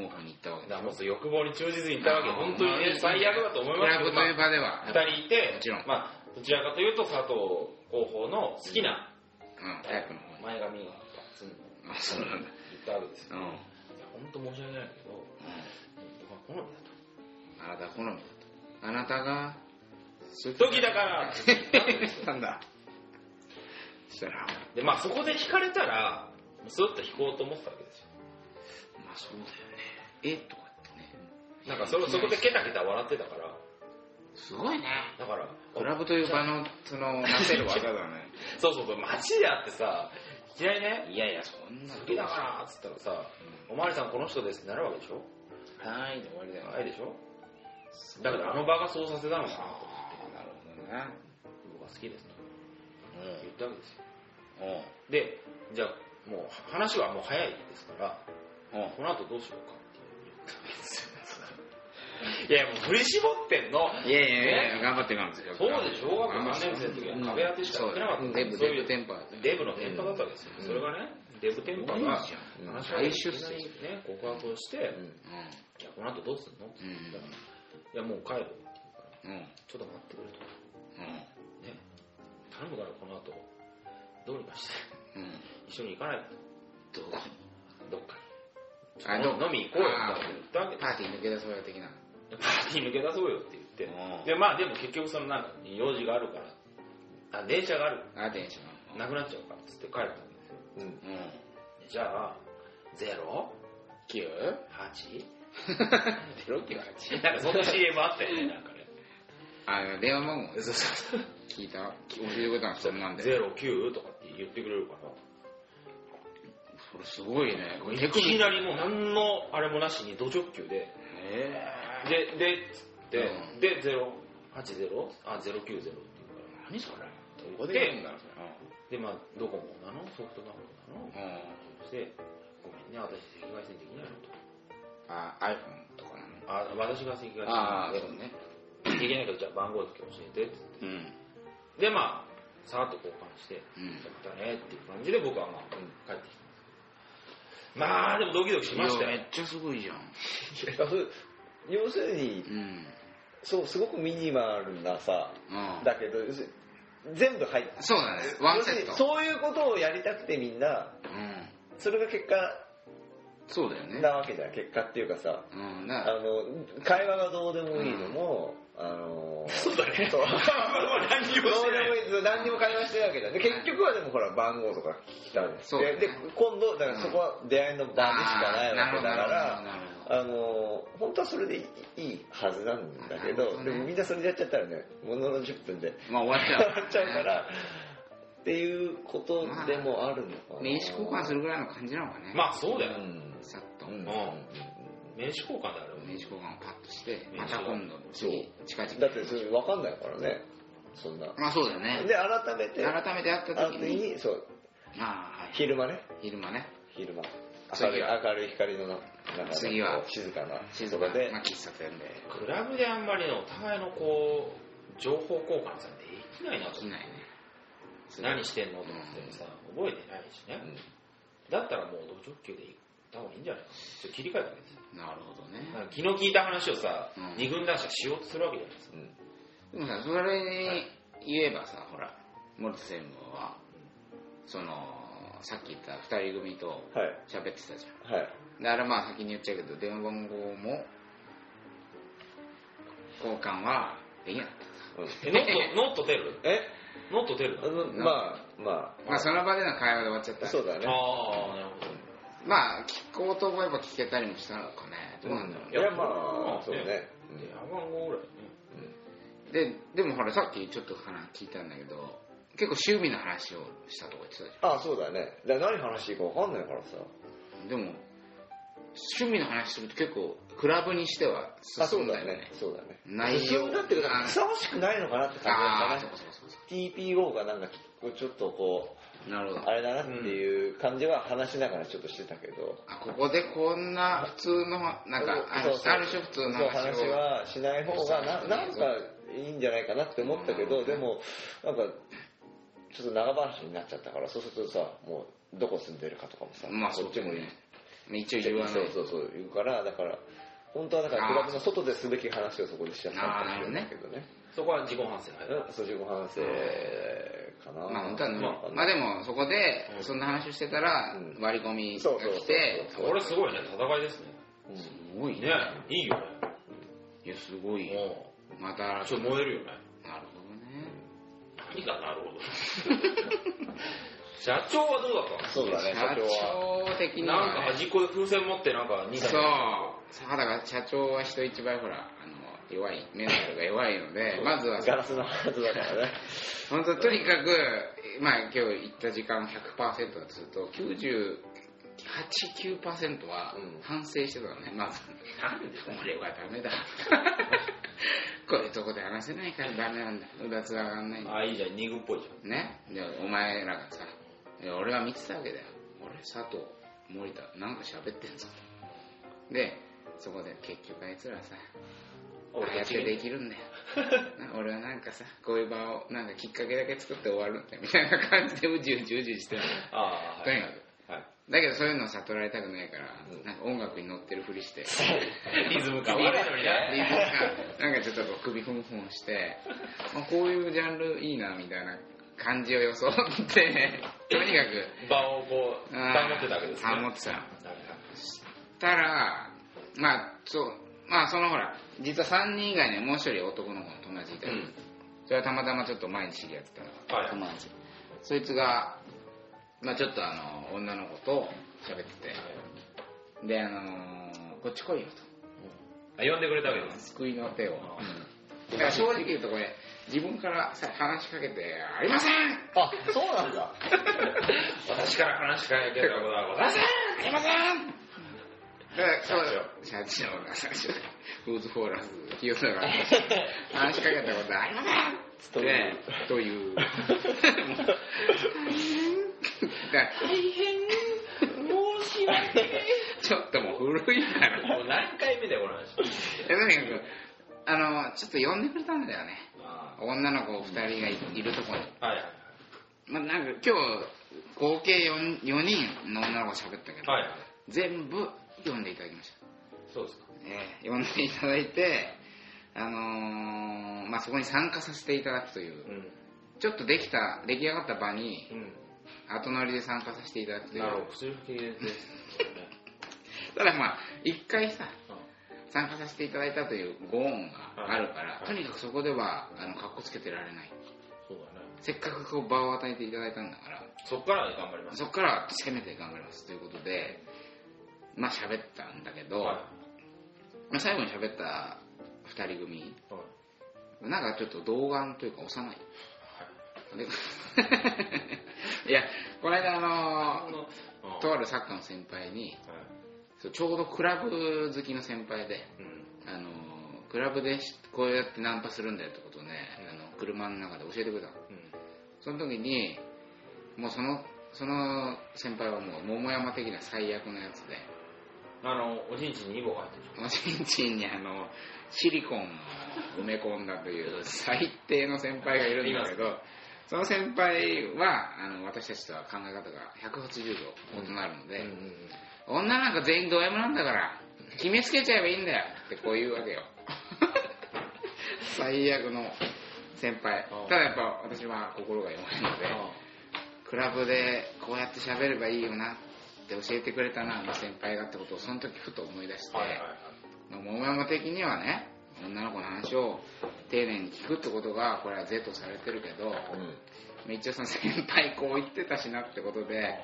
A: 方に行ったわ
B: あ
A: け
B: だからも
A: でし
B: うその欲望に忠実にいったわけ
A: あー
B: 本当に
A: まあいい
B: ね
A: ね
B: 最悪だと思
A: ょク
B: います
A: ラ
B: け
A: ブ
B: ど、
A: と
B: ま
A: いう
B: あ、
A: 場では
B: 2人いて
A: もちろん
B: まあ、どちらかというと佐藤広報の好きな
A: うんタイプの方に
B: 前髪がつんの
A: あそうなんだ
B: 言ったわけです
A: うん、
B: よ
A: うん、
B: いや本当申し訳ないけど、ま
A: あな
B: あ、好みだ
A: た好みだとあなたが
B: と 時だからって言ったんですよ
A: なんだしたら
B: でまあそこで引かれたらスッと引こうと思ってたわけですよ
A: まあそうだよねえとかってね
B: なんかそれそこでケタケタ笑ってたから
A: すごいね
B: だから
A: クラブという場のそのなせる技だね
B: そうそうそう街であってさいきなりね
A: いやいやそんな
B: 好きだからっつったらさ「おまわりさんこの人です」ってなるわけでしょ
A: はいで終わりだよ
B: ないでしょだけどあの場がそうさせたのかなと思って
A: なるほどね
B: 僕は好きですと
A: うん
B: 言ったわけですよ
A: うん
B: でじゃあもう話はもう早いですから
A: うん
B: この後どうしようかって言ったわけ ですよいやもう振り絞ってんの
A: いやいやいや頑張って頑張って
B: そうでしょ小学校何年生の時
A: うん
B: は壁当てしかやってなかった
A: そ
B: ん
A: う
B: だ
A: デ
B: よ
A: ブ
B: そう
A: デ
B: い
A: ブ
B: う
A: テンパだったよ
B: デブのテンパだったわけですよ、
A: うん
B: それがねデブテンパが
A: すごいじゃん
B: 話
A: 大
B: を
A: 出世
B: いきなりね告白をして、
C: う
B: い
C: ん
B: やこの後どうすんのって
A: うん
B: 言ったら、いやもう帰るって言うから
A: うんうん
B: ちょっと待ってくれとね頼むからこの後どうにかして
A: うんうん
B: 一緒に行かないと
A: どこ
B: どっか
A: に
B: に
A: どこ
B: 飲み行こうよ
A: あ
B: って言ったわけで
A: パーティー抜け出そうよ的な
B: パーティー抜け出そうよって言って、
A: うん
B: でまあでも結局そのなんか用事があるからあ電車がある
A: あ電車の
B: なくなっちゃうからっつって帰ったんですよ
C: うん
A: うん
B: でじゃあゼロ
A: 9
B: 8
A: 0キロ8
B: なんかそんな CM あったよねなんかね
A: あの電話番号
B: そうそう
A: 聞いた教えてくれたのそんなんで
B: ゼロ九とかって言ってくれるから
A: それすごいね手
B: いき
A: 首
B: なりもう何のあれもなしにド直球で
A: ええ
B: ででつって、
A: うん
B: でゼロ八ゼロあゼロ九ゼロって言うから何それ
A: どこでやるんだろうそ
B: でまあドコモなのソフトバンクなの
A: れうん
B: そしてごめんね私赤外線できないのと
A: あ iPhone とかなの
B: あ私が赤外線
A: ああ
B: で
A: そうね
B: できないけどじゃあ番号だけ教えてっつって
A: うん
B: でまあさーっと交換して、
A: うん
B: じゃあまたねっていう感じで僕はまあ、帰ってきたんですまあでもドキドキしました
A: いや
B: よ
A: めっちゃすごいじゃん
C: だからそれ要するに
A: うん
C: そうすごくミニマルなさ
A: うん
C: だけど要するに全部入って
A: そうだねワンセッ
C: 要
A: ト
C: するにそういうことをやりたくてみんな
A: うん
C: それが結果
A: そうだよね
C: なわけじゃん結果っていうかさ
A: うん
C: あ
A: な
C: の会話がどうでもいいのも、あの
B: そうだね
C: そう
B: 何にも
C: ど
B: して
C: うで
B: ない
C: もいい何にも会話してないわけじゃんで結局はでもほら番号とか聞きたいです
A: そうだね
C: でで今度だからそこは出会いの場でしかないわけだから
A: あーなるほどなるほどなるほど
C: あの本当はそれでいいいいはずなんだけ
A: なる
C: ど
A: ほどね
C: でもみんなそれでやっちゃったらねものの10分で
A: まあ終わっちゃう
C: 変わっちゃうからっていうことでもあるのかな
A: 名刺交換するぐらいの感じなのかね
B: まあそうだ
C: う
B: よ
C: ん
A: さっと
C: うん
A: 名
B: 名刺交換だよ
A: 刺交換をパッとして
B: 名
A: ま
B: 刺
A: た
B: 交
A: 今
B: 換
A: 度次近々
C: だってそれ分かんないからねそんな
A: まあそうだよね
C: で改めて
A: 改めて会った
C: あ
A: 時
C: の
A: に
C: にそう
A: まあはい
C: 昼間ね
A: 昼間ね
C: 昼間明る
A: 次
C: い
A: は
C: 明るい光の中で
A: 次は
C: こう静かな
A: 静
C: と
A: 岡
C: かで
A: で、まあ、喫茶店で
B: クラブであんまりねお互いのこう情報交換さできないなと
A: 起き
B: 思って
A: ないね
B: 何してんのと思ってもさ覚えてないしねだったらもう同直球で行った方がいいんじゃないかなちょっと切り替えたわけですよ
A: なるほどね
B: なんか昨日聞いた話をさ、
A: うん
B: 二軍男子がしようとするわけじゃないですか
C: うん
A: でもさそれに言えばさほら森田専務はそのさっき言った2人組と
C: はい
A: 喋ってたじゃん
C: はい
A: だからまあ先に言っちゃうけど電話番号も交換はできなかった
C: うん
B: えノットノット出る
C: え
B: ノット出る
C: あ
B: の
C: のまあま
A: まあその場での会話で終わっちゃった
C: あそうだね
B: ああなるほど
A: まあ聞こうと思えば聞けたりもしたのかねどうなんだろう
C: い
A: ね、
C: やまあそう
B: ね
C: ねうん
B: 電話番号ぐらいね
A: ででもほらさっきちょっと話聞いたんだけど結構趣味の話をしたとか言ってたじ
C: あそうだねだから何話していいか分かんないからさ
A: ゃんでも趣味の話すると結構クラブにしては進
C: あそ
A: ん
C: う
A: だ
C: だ
A: よ
C: ね
A: ね
C: そうだね
A: 内容
C: 進んだっていうか
A: あ
C: ふさわしくないのかなって感
A: ああ
C: じ
A: そ
C: だ
A: うか
C: っ
A: そうかそうか
C: たね TPO がなんかちょっとこ
A: なるほ
C: う
A: ど
C: あれだなっていう感じは話しながらちょっとしてたけど、
A: あここでこんな普通のなんかあ
C: そう
A: る
C: そう
A: ある種普通の
C: そう
A: 話
C: 話
A: を
C: はしない方がななんかいいんじゃないかなって思ったけど、
A: うん
C: でもなんかちょっと長話になっちゃったからそうするとさもうどこ住んでるかとかもさ、
A: まあ
C: こ
A: そ
C: っ
A: っ
C: ち
A: ち
C: も
A: も
C: いい
A: ね一応言わない
C: そうそうそう言うからだから本当はだからクラブの外ですべき話をそこでしちゃったのかもしれないけどね
B: そこは自己反省はい
C: うん、そう自己反省かな
A: まあ本当はね
C: まあ
A: まあでもそこでそんな話をしてたら
C: うん
A: 割り込みが
C: そうそうそう
A: 来て
C: そう
B: これすごいね戦いですね
C: うん
A: すごい
B: ねいいよ
A: いやすごい
B: ね
A: よ
B: も
A: また
B: うちょっと燃えるよね
A: なるほどね
B: 何がなるほど社長はどうだったんですか
C: そうだね
A: 社
C: 社長は
A: 長的に
B: なんか
A: はね
B: 端っこで風船持ってなんか2
A: そう
B: 歳
A: そうだから社長は人一倍ほらあの弱いメンタルが弱いのでまずは
C: ガラスのハートだからね
A: 本当とにかく、まあ、今日行った時間100%だとすると989%は
C: うん
A: 反省してたのね、まずこれはダメ だこういうとこで話せないからダメなんだうだつ上がんないんだ
B: あいいじゃん2軍っぽいじゃん
A: ねでお前らがさで俺は見てたわけだよ俺佐藤森田なんか喋ってんぞでそこで結局あいつらさああやってできるんだ よな俺はなんかさこういう場をなんかきっかけだけ作って終わるんだよみたいな感じでうじうじうじうじしてる
B: ああ
A: と
B: はい
A: にかく
B: はい
A: だけどそういうの悟られたくないから、
C: うん
A: なんか音楽に乗ってるふりして
B: リズム感悪いのにね
A: リズム感なんかちょっとこう首ふんふんしてあこういうジャンルいいなみたいな感じを装って とにかく
B: 場をこう
A: うん
B: 保ってたわけですね
A: 保ってたの
B: なるほ
A: たらまあそうまあそのほら実は3人以外にはもう一人男の子の友達いた
B: ど
A: り、
B: うん
A: それはたまたまちょっと前に知り合って
B: はい
A: た友達、そいつが、まあ、ちょっとあの女の子と喋っててであのーこっち来いよ
B: あ呼んでくれたわけで
A: と
B: す
A: 救いの手を、だから正直言うとこれ自分からさ話しかけて「ありません!」
C: あそうなんだ
B: 私から話しかけたことはございません
A: ありませんだから
B: 社
A: そう社長が最初フーズフォーラス清田 が話しかけたことありませんでというもう大変
B: もうしまい
A: ちょっともう古いから
B: もう何回目だよこの話
A: えとにかくあのちょっと呼んでくれたんだよね
B: あ
A: 女の子2人がいるとこに
B: あはいはい
A: まあなんか今日合計 4, 四人の女の子喋ったけど、
B: はいはい
A: 全部呼んでいただきました
B: そうですか
A: えー呼んでいただいて、あのーまあ、そこに参加させていただくという
B: うん
A: ちょっとできた出来上がった場に
B: うん
A: 後乗りで参加させていただくという
B: なるほど、薬吹きですね。
A: ただまあ一回さ
B: うん
A: 参加させていただいたというご恩があるから、
B: はい
A: とにかくそこではあのかっこつけてられない
B: そうだね。
A: せっかくこう場を与えていただいたんだから
B: そっから頑張ります。
A: そこから攻めて頑張りますということでまあ喋ったんだけど、
B: はい
A: まあ、最後に喋った2人組
B: はい
A: なんかちょっと童顔というか幼いで いやこの間あの
B: うん
A: とあるサッカーの先輩に
B: はい
A: そうちょうどクラブ好きの先輩で
B: うん
A: あのクラブでしこうやってナンパするんだよってことをね、
B: うん
A: あの車の中で教えてくれたの
B: うん
A: その時にもうそのその先輩はもう桃山的な最悪のやつで
B: あの、おじいちんにイボが入ってる
A: おちんちんにあのシリコンを埋め込んだという最低の先輩がいるんだけどその先輩はあの私たちとは考え方が180度異なるので、女なんか全員ド M なんだから決めつけちゃえばいいんだよってこう言うわけよ最悪の先輩
B: うん
A: ただやっぱ私は心が弱いのでクラブでこうやって喋ればいいよなって教えてくれたなあの先輩がってことをその時ふと思い出して、
B: はいはいはい。
A: まあ桃山的にはね女の子の話を丁寧に聞くってことがこれは是とされてるけど、一応その先輩こう言ってたしなってことで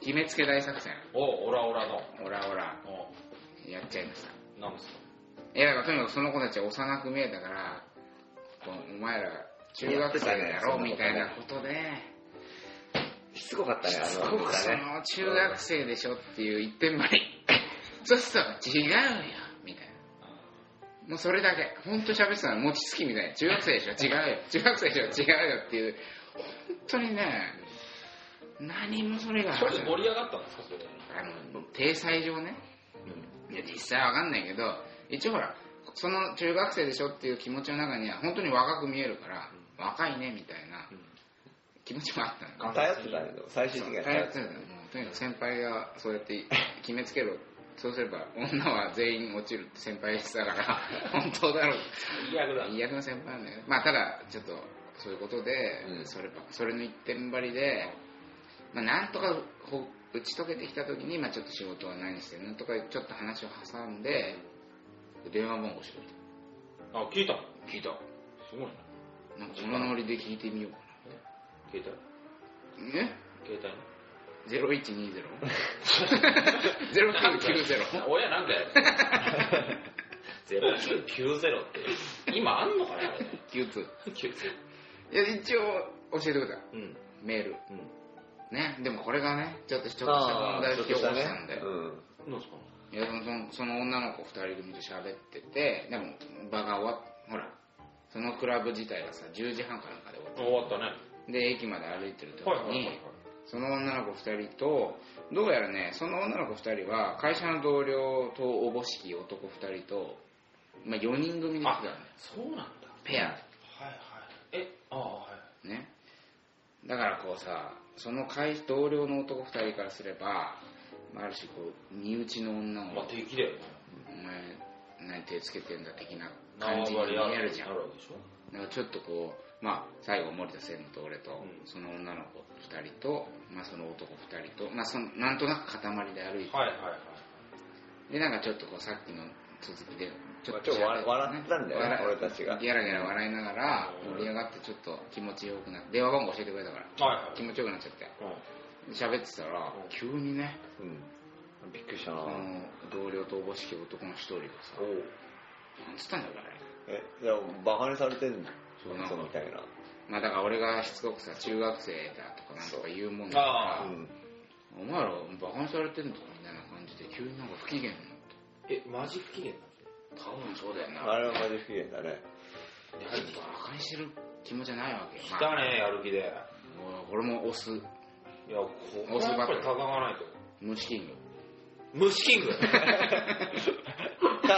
A: 決めつけ大作戦
B: お、オラオラの。
A: オラオラ
B: お、
A: やっちゃいました
B: なんですか
A: いやだからとにかくその子たちは幼く見えたからこうお前ら中学生だろみたいなことで
C: しつこかったね、
A: す
C: あ
A: ご
C: の、
A: くそ
C: ね。
A: の中学生でしょっていう一点張りそうすると違うよみたいなもうそれだけ本当喋ってたの餅つきみたいな中学生でしょ違 うよ中学生でしょ違うよっていう本当にね何もそれが
B: それで盛り上がったんですかそれで。
A: あの体裁上ねいや実際わかんないけど一応ほらその中学生でしょっていう気持ちの中には本当に若く見えるから、若いねみたいな気持ちもあったの、
C: 頼ってたね、でも最終的には
A: 頼
C: 頼っ
A: っててたのもうとにかく先輩がそうやって決めつけろそうすれば女は全員落ちるって先輩言ってたから 本当だろう
B: いや、ぐらい。
A: いい役の先輩なんだよねまあただちょっとそういうことで、
C: うん
A: そればそれの一点張りで、まあ、なんとかほ打ち解けてきた時に、まあ、ちょっと仕事は何してるのとかちょっと話を挟んで電話番号教
B: あ、聞いた。
A: えて聞いた
B: すごいな。
A: なんかこのノリで聞いてみようか
B: 携帯
A: なえ
B: 携帯ね。
A: 0120?0390?
B: 親なん だよ。0990って。今あんのかなあれ。
A: 92
B: 90。
A: いや一応教えてくれた
B: うん。
A: メール
B: うん。
A: ねでもこれがねちょっとちょっとした
C: あ
A: 問
C: あ
A: 題を
C: ちょ
A: 引
C: っ
A: き起
C: と
A: こ
C: し
A: した
C: た
A: ん
C: ね。
A: で、
C: うん。
B: なんですか
A: いやそのその女の子2人組と喋っててでも場が終わっほらそのクラブ自体がさ10時半かなんかで終わっ
B: 終わったね。
A: たで駅まで歩いてる時に、
B: はいはいはいはい。
A: その女の子2人とどうやらねその女の子2人は会社の同僚とおぼしき男2人と、まあ、4人組で来たのよ
B: そうなんだ。
A: ペア
B: はいはい。え、ああ、はい。
A: ねだからこうさその会同僚の男2人からすればまあある種こう身内の女を
B: まあ敵だよね。
A: お前何手つけてんだ的な感じに見えるじゃん
B: なるわけでしょ。
A: だからちょっとこうまあ最後森田専務と俺と、
B: うん
A: その女の子2人と、まあ、その男2人と、まあ、そのなんとなく塊で歩いて、
B: はいはいはい。
A: でなんかちょっとこうさっきの続きでち
C: ちょっと笑笑ったんだよね
A: 笑
C: 俺たちが
A: ギャラギャラ笑いながら
B: うん
A: 盛り上がってちょっと気持ちよくなって電話番号教えてくれたから
B: はいはい。
A: 気持ちよくなっちゃって
B: うん
A: 喋ってたら
B: うん
A: 急にね
C: うん。びっくりしたな
A: あ。の同僚とおぼしき男の一人がさ
B: おう
A: なんつったんだろうあれ
C: え、じゃあ、バカにされてんの
A: そうなんか
C: そうみたいな。
A: まあだから俺がしつこくさ中学生だとかなんとか言うもんだ
B: あ
A: か
B: ー
C: うん。
A: らお前らバカにされてんのかみたいな感じで急になんか不機嫌になって
B: え、マジ不機嫌な
A: 多分そうだよな
C: あれはマジ不機嫌だ
B: の
C: ね。
A: やはりバカにしてる気持ちじゃないわけよ、
B: 来
A: ま
B: た
A: あ、
B: ね、やる気で。いや、
A: 俺も押す
B: ここはやっぱり戦わないと。
A: 虫キング
B: 虫キング
C: カー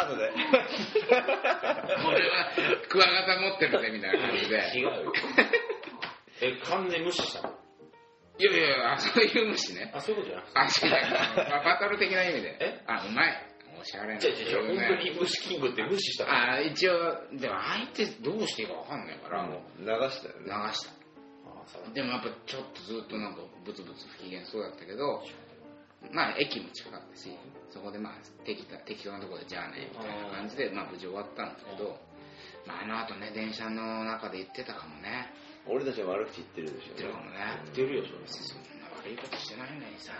C: ドで。
A: 俺はクワガタ持ってるぜみたいな 感じで
B: 違うよ。え、完全無視したの
A: いやいやいやあそういう虫ね
B: あ、そういうことじゃなく
A: あ
B: て。
A: 違う、まあバトル的な意味で
B: え
A: あうまいおしゃれな
B: 違う違う違う、本当に虫キングって無視したの。
A: あ一応でも相手どうしていいか分かんないから、もう
C: 流したよ
A: 流
C: ね。
A: した
B: あさら
A: でもやっぱちょっとずっとなんかブツブツ不機嫌そうだったけどまあ駅も近かったしそこでまあ適当適当なところでじゃあねみたいな感じでまあ無事終わったんですけどまああの後ね電車の中で言ってたかもね
C: 俺たちは悪口言ってるでし
A: 言
C: ょ。
A: ってるかもね
B: 言ってるよ、それ。
A: そんな悪いことしてないのにさ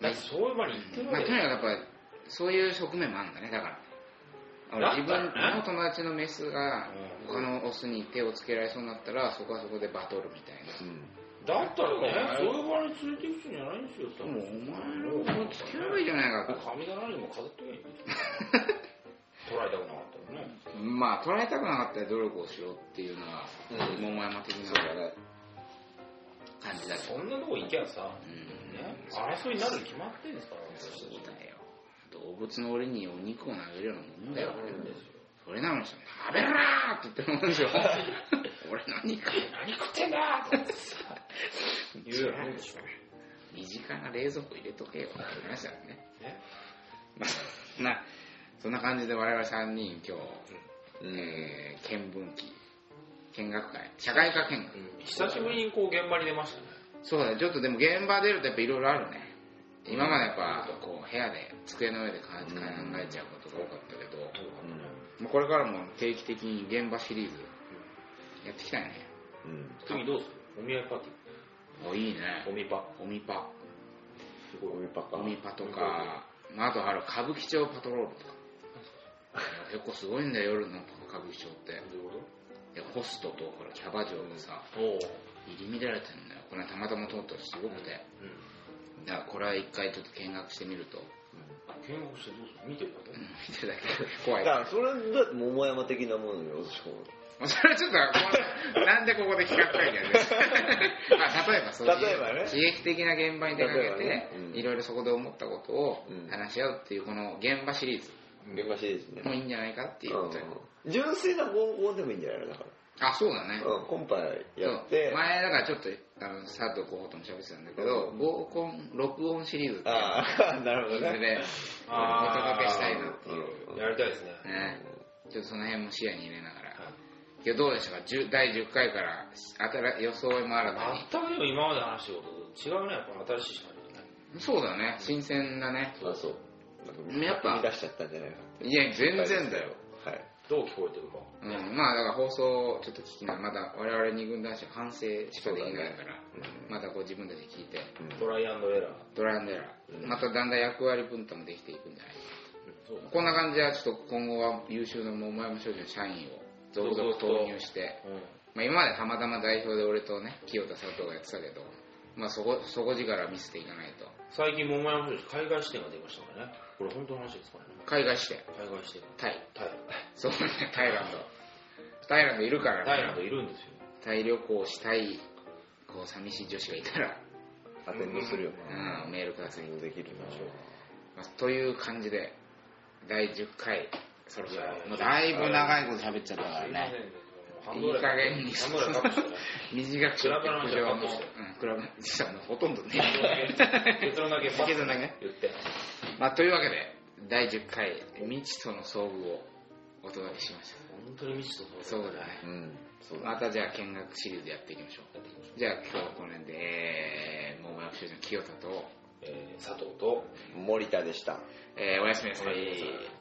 B: だってそういう場に行ってる
A: ま
B: わ
A: あ、
B: け
A: と
B: だ
A: に
B: よ。
A: かくやっぱそういう側面もあるんだねだから俺自
B: だったら
A: 分
B: ね
A: の友達のメスが
B: うん
A: 他のオスに手をつけられそうになったらそこはそこでバトルみたいな
C: うん。
B: だったらね、
A: う
B: そ
A: ん
B: ういう場に連れて行くんじゃないんですよ、多
A: もう
B: 分。
A: お前のもう付き合えばいいじゃないかと
B: 神棚にも飾っておい い捉えたくなかったらね。
A: まあ捉えたくなかったら努力をしろっていうのは
C: うん
A: 桃山的な感じだけど
B: そんなとこ行きゃさ、
A: うん
B: ね、争いになるに決まってんですから、私
A: そ
B: た
A: う
B: ち。
A: だよ動物の檻にお肉を投げるようなもんだよ
B: んですよ。
A: それなのにさ食べろーって言ってるもんでし ょ俺何か
B: 何食ってんだとかってさ、言うようなもんでしょ。
A: 身近な冷蔵庫入れとけよって話だよね
B: ね
A: まあそんなそんな感じで我々3人今日、
C: うん
A: えー見聞記見学会社会科見学
B: うん久しぶりにこう現場に出ましたね。
A: そうだねちょっとでも現場出るとやっぱいろいろあるね今までやっぱこう部屋で机の上で考え考えちゃうことが多かったけど、もうこれからも定期的に現場シリーズやっていきたいね
C: うん。
B: 次どうするお見合いパーテ
A: おいいね
B: ィー。お見パ。
A: おみぱ
B: す
C: ゴミパカ。
A: おみぱとか、まあ、あとある歌舞伎町パトロールとかいや結構すごいんだよ夜の歌舞伎町って
B: どういうこ
A: でホストとほらキャバ嬢がさ
B: とおう
A: 入り乱れてんだよこれたまたま通ったらすごくてだからこれは一回ちょっと見学してみると
B: あ、見学してどうする見てるだけ
A: 見てたけど怖
C: だ
A: い
C: から、それだって桃山的なものよ、私も。
A: もうそれはちょっとこのなんでここで企画会議や るんですかまあ例えばそういう
C: 例えばね
A: 刺激的な現場に出かけて、
C: 例えばねうん
A: いろいろそこで思ったことを
C: うん
A: 話し合うっていうこの現場シリーズ
C: 現場シリーズね
A: もいいんじゃないかっていうことよ
C: うん純粋な合コンでもいいんじゃないのだか
A: あそうだね
C: ら。うん、コンパやって
A: そう、前だからちょっとあの佐藤候補とも喋ってたんだけど、
C: うん
A: 合コン録音シリーズっていうのを
C: ああ、 なるほ
A: そ
C: どね
A: れ。でお
B: あー
A: 届けしたいなっていう
C: うん
B: やりたいですね。
A: ね、ちょっとその辺も視野に入れながら、
B: はい
A: 今日どうでしたか10第10回から新装いも新た
B: 全くでも今まで話してることと違うね、やっぱ新しいしかないね。
A: にそうだね新鮮だね
C: あそう。
A: やっぱ
C: 見出しちゃったんじゃないか。
A: いや全然だよ、。
C: はい。
B: どう聞こえてるか。
A: うん、まあだから放送をちょっと聞きながらまだ我々二軍男子は反省しかできないから、まだこう自分たちで聞いて
C: うん
B: トライアンドエラー。
A: ドランデラ、まただんだん役割分担もできていくんじゃないか
B: そうだ
A: こんな感じはちょっと今後は優秀な桃山商事の社員を続々投入して、
B: うん。
A: まあ、今までたまたま代表で俺とね清田佐藤がやってたけど、まあ、そこ底力は見せていかないと
B: 最近、桃山選手、海外視点が出ましたからね。これ本当の話ですからね。
A: 海外支店
B: 海外視点。
A: タイ
B: タイ。
A: そうね タイランドタイランドいるから
B: タイ
A: ね
B: ランドいるんですよ。
A: タイ旅行したいこう寂しい女子がいたら、
C: アテンドするよな。
A: うん、メールください、
C: できるな。
A: まあという感じで第10回そろそろ
B: いやいや
A: もうだいぶ長いこと喋っちゃったからねいい加減に
B: 半ドラカットしてね
A: 短く
B: クラブの
A: の
B: 話
A: 上
B: は
A: も
B: カットして
A: うんクラブの話はもうほとんどね
B: 結論だけパ ッ
A: 結論だけ
B: 言って。
A: まあ、というわけで第10回未知との遭遇をお届けしまし
B: 本当に未知と
A: たそうだね
C: うん。そうだ。
A: またじゃあ見学シリーズやっていきましょ
B: やっていきましょう
A: うじゃあ今日はこの辺で、えー、桃山修司の清田と、
B: えー佐藤と
C: 森田でした。
A: えーおやすみなさ
B: おやすみないさい